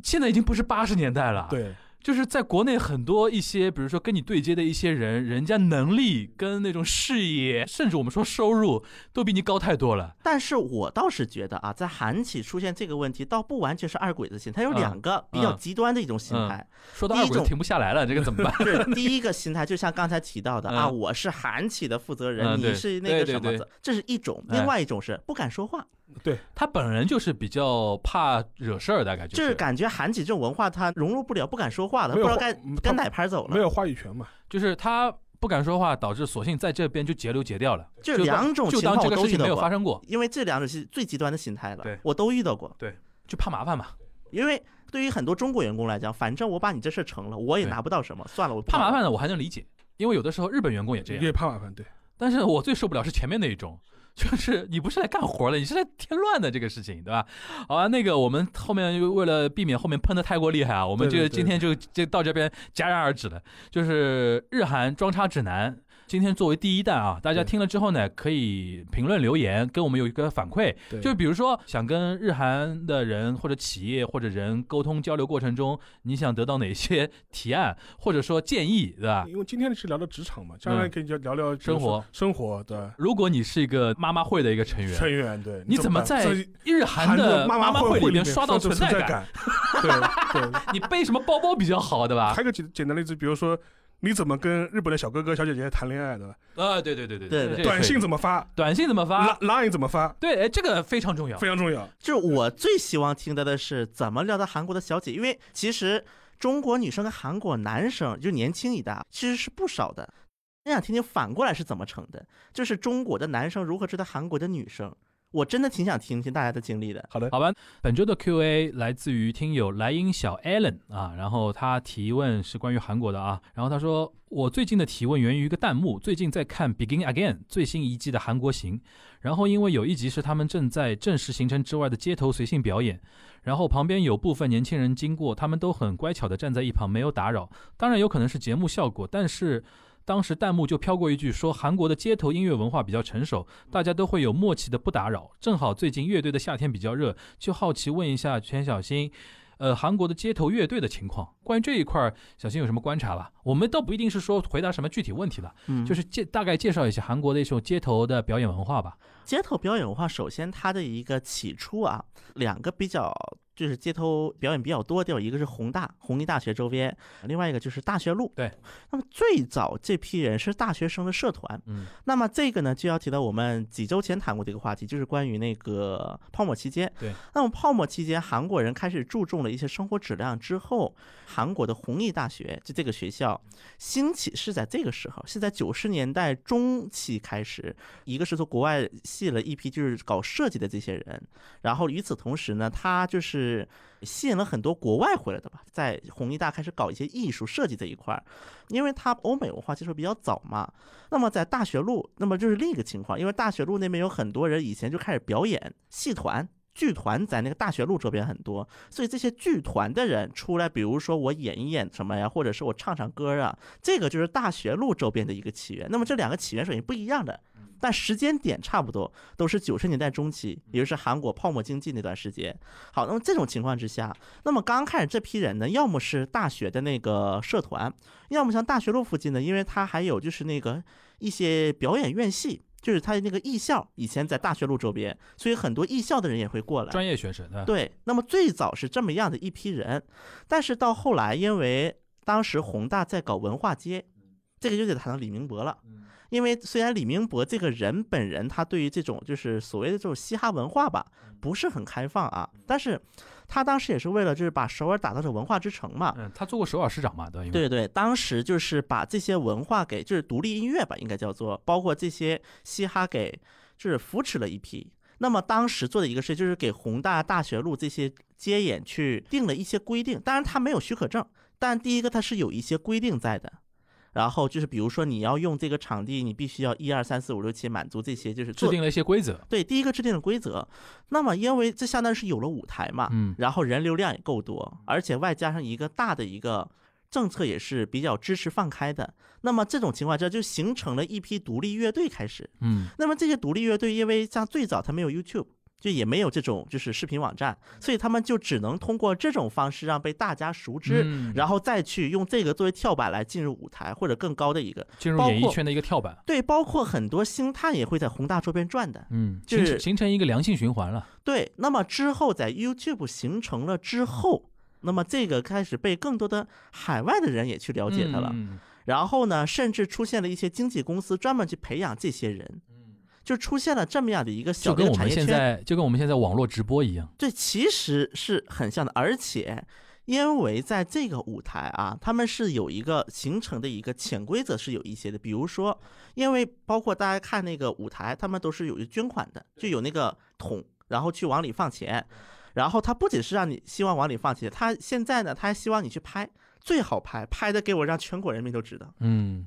S2: 现在已经不是八十年代了，
S3: 对，
S2: 就是在国内很多一些，比如说跟你对接的一些人，人家能力跟那种视野，甚至我们说收入，都比你高太多了。
S4: 但是我倒是觉得啊，在韩企出现这个问题，倒不完全是二鬼子心态，它有
S2: 嗯
S4: 两个比较
S2: 嗯
S4: 极端的一种心
S2: 嗯
S4: 态。
S2: 说到
S4: 第一
S2: 二鬼
S4: 种
S2: 子停不下来了，这个怎么办？
S4: 是第一个心态，就像刚才提到的啊，
S2: 嗯
S4: 我是韩企的负责
S2: 嗯
S4: 人，
S2: 对
S4: 你是那
S2: 对
S4: 个
S2: 对
S4: 什么
S2: 对
S4: 子，这是一种；
S2: 哎
S4: 另外一种是不敢说话，
S2: 他本人就是比较怕惹事儿，大概
S4: 就是
S2: 是
S4: 感觉韩企这种文化它融入不了，不敢说话了，
S3: 没有
S4: 不知道该
S3: 嗯他
S4: 跟哪拍走
S3: 没
S4: 了。
S3: 有话语权嘛，
S2: 就是他不敢说话，导致索性在这边就截流截掉了，
S4: 这
S2: 就
S4: 两种
S2: 就
S4: 情
S2: 当
S4: 况
S2: 这
S4: 我
S2: 个
S4: 都
S2: 事
S4: 遇
S2: 情没
S4: 到
S2: 有发
S4: 过，
S2: 生过，
S4: 因为这两种是最极端的形态了
S2: 对，
S4: 我都遇到过。
S2: 就怕麻烦嘛，
S4: 因为对于很多中国员工来讲，反正我把你这事儿成了，我也
S2: 对
S4: 拿不到什么，算了，我
S2: 怕
S4: 管
S2: 麻
S4: 了
S2: 烦。的我还能理解，因为有的时候日本员工也这样，
S3: 越怕麻烦，对，
S2: 但是我最受不了是前面那一种，就是你不是来干活的，你是来添乱的这个事情，对吧？好啊，那个我们后面又为了避免后面喷的太过厉害啊，我们
S3: 对
S2: 这
S3: 对
S2: 个
S3: 对
S2: 今天就就到这边戛然而止了。就是日韩装叉指南。今天作为第一弹啊，大家
S3: 对
S2: 听了之后呢，可以评论留言，跟我们有一个反馈。
S3: 对
S2: 就比如说，想跟日韩的人或者企业或者人沟通交流过程中，你想得到哪些 提案或者说建议，对吧？
S3: 因为今天是聊聊职场嘛，将来
S2: 嗯
S3: 可以就聊聊比如
S2: 生
S3: 说
S2: 活
S3: 生活的
S2: 如果你是一个妈妈会的一个成员，
S3: 成员，对，
S2: 你怎么
S3: 办
S2: 在
S3: 这
S2: 日韩的
S3: 妈
S2: 妈
S3: 会
S2: 里
S3: 面
S2: 面刷到
S3: 存
S2: 存在感？
S3: 感？对 对，
S2: 你背什么包包比较好，对吧
S3: 还？有个简简单的例子，比如说你怎么跟日本的小哥哥小姐姐谈恋爱的，
S2: 啊，对对对对
S4: 对对
S2: 这个
S3: 短信
S2: 可以
S3: 怎么发
S2: 短信怎么发？
S3: ，Line 怎么发，
S2: 对，哎，这个非常重要
S3: 非。常重要。
S4: 就是我最希望听到的是怎么聊到韩国的小姐，因为其实中国女生跟韩国男生就年轻一代啊其实是不少的。我想听听反过来是怎么成的，就是中国的男生如何追到韩国的女生，我真的挺想听听大家的经历的。
S3: 好的，
S2: 好吧，本周的 Q&A 来自于听友莱茵小 Allen 啊，然后他提问是关于韩国的啊，然后他说我最近的提问源于一个弹幕，最近在看《Begin Again》最新一季的韩国行，然后因为有一集是他们正在正式行程之外的街头随性表演，然后旁边有部分年轻人经过，他们都很乖巧的站在一旁没有打扰，当然有可能是节目效果，但是。当时弹幕就飘过一句说韩国的街头音乐文化比较成熟，大家都会有默契的不打扰。正好最近乐队的夏天比较热，就好奇问一下全小新，呃，韩国的街头乐队的情况，关于这一块儿，小新有什么观察吧？我们倒不一定是说回答什么具体问题了，
S4: 嗯
S2: 就是介大概介绍一下韩国的一种街头的表演文化吧。
S4: 街头表演文化，首先它的一个起初啊，两个比较就是街头表演比较多的地方，一个是宏大弘毅大学周边，另外一个就是大学路。
S2: 对，
S4: 那么最早这批人是大学生的社团，
S2: 嗯，
S4: 那么这个呢就要提到我们几周前谈过的一个话题，就是关于那个泡沫期间。
S2: 对，
S4: 那么泡沫期间，韩国人开始注重了一些生活质量之后，韩国的弘毅大学就这个学校兴起是在这个时候，是在九十年代中期开始，一个是从国外吸引了一批就是搞设计的这些人，然后与此同时呢，他就是吸引了很多国外回来的吧，在弘毅大开始搞一些艺术设计这一块儿，因为他欧美文化接受比较早嘛。那么在大学路，那么就是另一个情况，因为大学路那边有很多人以前就开始表演戏团。剧团在那个大学路这边很多，所以这些剧团的人出来，比如说我演一演什么呀，或者是我唱唱歌啊，这个就是大学路周边的一个起源。那么这两个起源首先不一样的，但时间点差不多，都是九十年代中期，也就是韩国泡沫经济那段时间。好，那么这种情况之下，那么刚开始这批人呢，要么是大学的那个社团，要么像大学路附近呢，因为它还有就是那个一些表演院系。就是它的那个艺校，以前在大学路周边，所以很多艺校的人也会过来。
S2: 专业学生对吧？
S4: 对，那么最早是这么样的一批人，但是到后来，因为当时宏大在搞文化街，这个就得谈到李明博了。因为虽然李明博这个人本人，他对于这种就是所谓的这种嘻哈文化吧，不是很开放啊，但是他当时也是为了就是把首尔打造成文化之城嘛，
S2: 嗯，他做过首尔市长嘛，对吧？因为
S4: 对对，当时就是把这些文化给，就是独立音乐吧，应该叫做，包括这些嘻哈给，就是扶持了一批。那么当时做的一个事，就是给宏大大学路这些街演去定了一些规定，当然他没有许可证，但第一个它是有一些规定在的。然后就是，比如说你要用这个场地，你必须要一二三四五六七满足这些，就是
S2: 制
S4: 做
S2: 定了一些规则。
S4: 对第一个制定的规则。那么因为这相当于是有了舞台嘛，
S2: 嗯
S4: 然后人流量也够多，而且外加上一个大的一个政策也是比较支持放开的。那么这种情况下就形成了一批独立乐队开始。
S2: 嗯，
S4: 那么这些独立乐队，因为像最早它没有 YouTube。就也没有这种就是视频网站，所以他们就只能通过这种方式让被大家熟知，
S2: 嗯
S4: 然后再去用这个作为跳板来进入舞台或者更高的一个
S2: 进入
S4: 包
S2: 演艺
S4: 括
S2: 圈的一个跳板。
S4: 对，包括很多星探也会在宏大周边转的，
S2: 嗯，
S4: 就
S2: 形成
S4: 是
S2: 形成一个良性循环了。
S4: 对，那么之后在 YouTube 形成了之后，那么这个开始被更多的海外的人也去了解它了。
S2: 嗯
S4: 然后呢，甚至出现了一些经纪公司专门去培养这些人，就出现了这么样的一个
S2: 嗯就
S4: 小的
S2: 跟
S4: 一个
S2: 我
S4: 产
S2: 们
S4: 业
S2: 现
S4: 圈。
S2: 在就跟我们现在网络直播一样。
S4: 这其实是很像的，而且因为在这个舞台啊，他们是有一个形成的一个潜规则是有一些的，比如说，因为包括大家看那个舞台，他们都是有捐款的，就有那个桶，然后去往里放钱，然后他不仅是让你希望往里放钱，他现在呢，他还希望你去拍，最好拍，拍的给我让全国人民都知道。
S2: 嗯，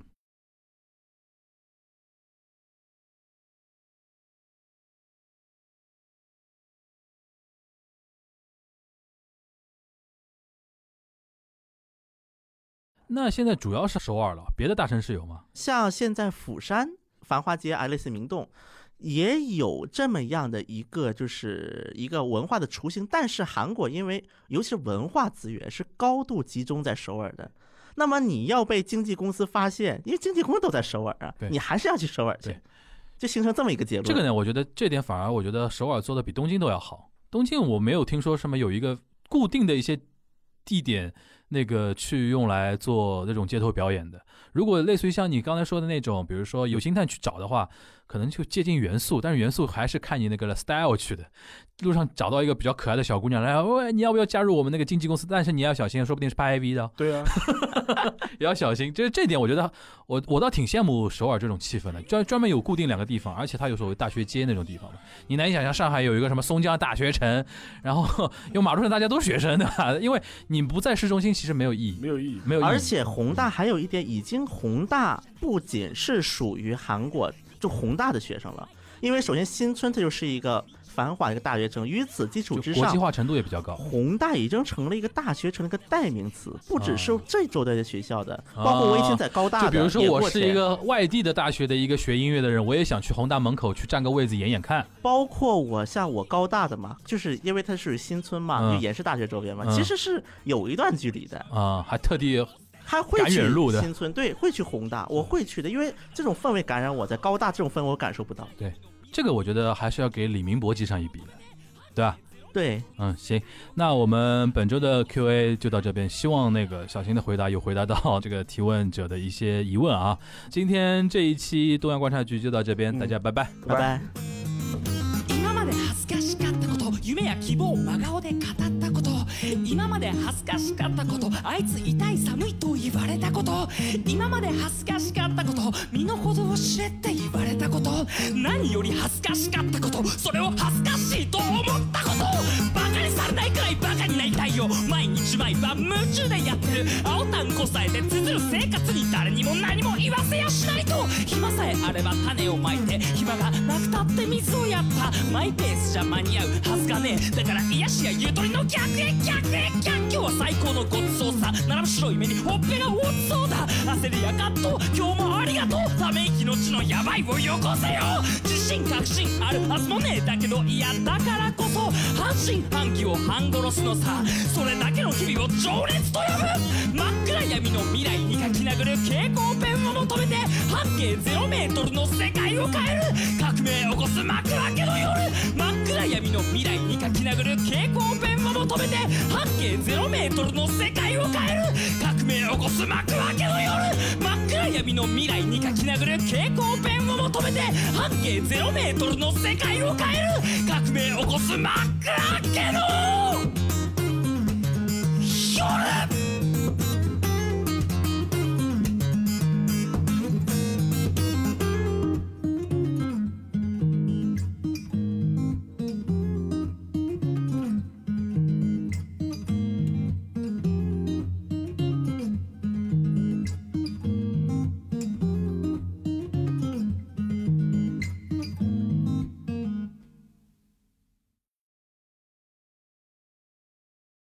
S2: 那现在主要是首尔了，别的大城市有吗？
S4: 像现在釜山繁华街、爱丽丝明洞，也有这么样的一个，就是一个文化的雏形。但是韩国因为尤其是文化资源是高度集中在首尔的，那么你要被经纪公司发现，因为经纪公司都在首尔啊
S2: 对，
S4: 你还是要去首尔去
S2: 对，
S4: 就形成这么一个结论。
S2: 这个呢，我觉得这点反而我觉得首尔做的比东京都要好。东京我没有听说什么有一个固定的一些地点，那个去用来做那种街头表演的。如果类似于像你刚才说的那种，比如说有星探去找的话，可能就接近元素，但是元素还是看你那个 style 去的。路上找到一个比较可爱的小姑娘，来，喂，你要不要加入我们那个经纪公司？但是你要小心，说不定是拍 AV 的哦，
S3: 对啊，
S2: 也要小心。这这点我觉得我我倒挺羡慕首尔这种气氛的，专专门有固定两个地方，而且它有所谓大学街那种地方嘛。你难以想象上海有一个什么松江大学城，然后因为马路上大家都是学生的，因为你不在市中心其实没有意义，
S3: 没有意义。
S2: 没有意义。
S4: 而且宏大还有一点，已经宏大不仅是属于韩国就宏大的学生了，因为首先新村它就是一个繁华的一个大学城，于此基础
S2: 就
S4: 之
S2: 国际
S4: 上。
S2: 化程度也比较高。
S4: 宏大已经成了一个大学城的一个代名词，不只是
S2: 啊
S4: 这周的学校的，
S2: 啊
S4: 包括我以前在高大的，
S2: 就比如说
S4: 也
S2: 我
S4: 过
S2: 是
S4: 钱
S2: 一，个外地的大学的一个学音乐的人，我也想去宏大门口去占个位子演演看。
S4: 包括我像我高大的嘛，就是因为它是新村嘛，
S2: 嗯
S4: 就也是大学周边嘛，
S2: 嗯
S4: 其实是有一段距离的，
S2: 啊、还特地
S4: 还会
S2: 赶
S4: 去
S2: 远路的
S4: 新村，对，会去宏大，我会去的，因为这种氛围感染我在高大这种氛围我感受不到，
S2: 这个，我觉得还是要给李明博记上一笔的，对吧？
S4: 对。
S2: 嗯，行，那我们本周的 Q&A 就到这边，希望那个小新的回答有回答到这个提问者的一些疑问啊。今天这一期东阳观察局就到这边，
S3: 嗯
S2: 大家拜拜。
S4: 拜拜。
S5: 今まで恥ずかしかったこと夢や希望を真顔で語ったこと今まで恥ずかしかったことあいつ痛い寒いと言われたこと今まで恥ずかしかったこと身の程を知れって言われたこと何より恥ずかしかったことそれを恥ずかしいと思ったことバカにされないくらいバカになりたいよ毎日毎晩夢中でやってる青たんこさえて綴る生活に誰にも何も言わせやしないと暇さえあれば種をまいて暇がなくたって水をやったマイペースじゃ間に合うはずがねえだから癒しやゆとりの逆へ逆へ逆今日は最高のごちそうさ並ぶ白い目にほっぺが落ちそうだ焦りやかっと今日もありがとうため息の地のやばいをよこせよ自信確信あるはずもねえだけどいやだからこそ半信半疑を半殺すのさそれだけの日々を情熱と呼ぶ真っ暗闇の未来に書き殴る蛍光ペンを求めて半径0メートルの世界を変える革命を起こす枕明けの夜真っ暗闇の未来に書き殴る蛍光ペンを求めて半径0メートルの世界を変える革命を起こす幕開けの夜真っ暗闇の未来に書き殴る蛍光ペンを求めて半径0メートルの世界を変える革命を起こす幕開けの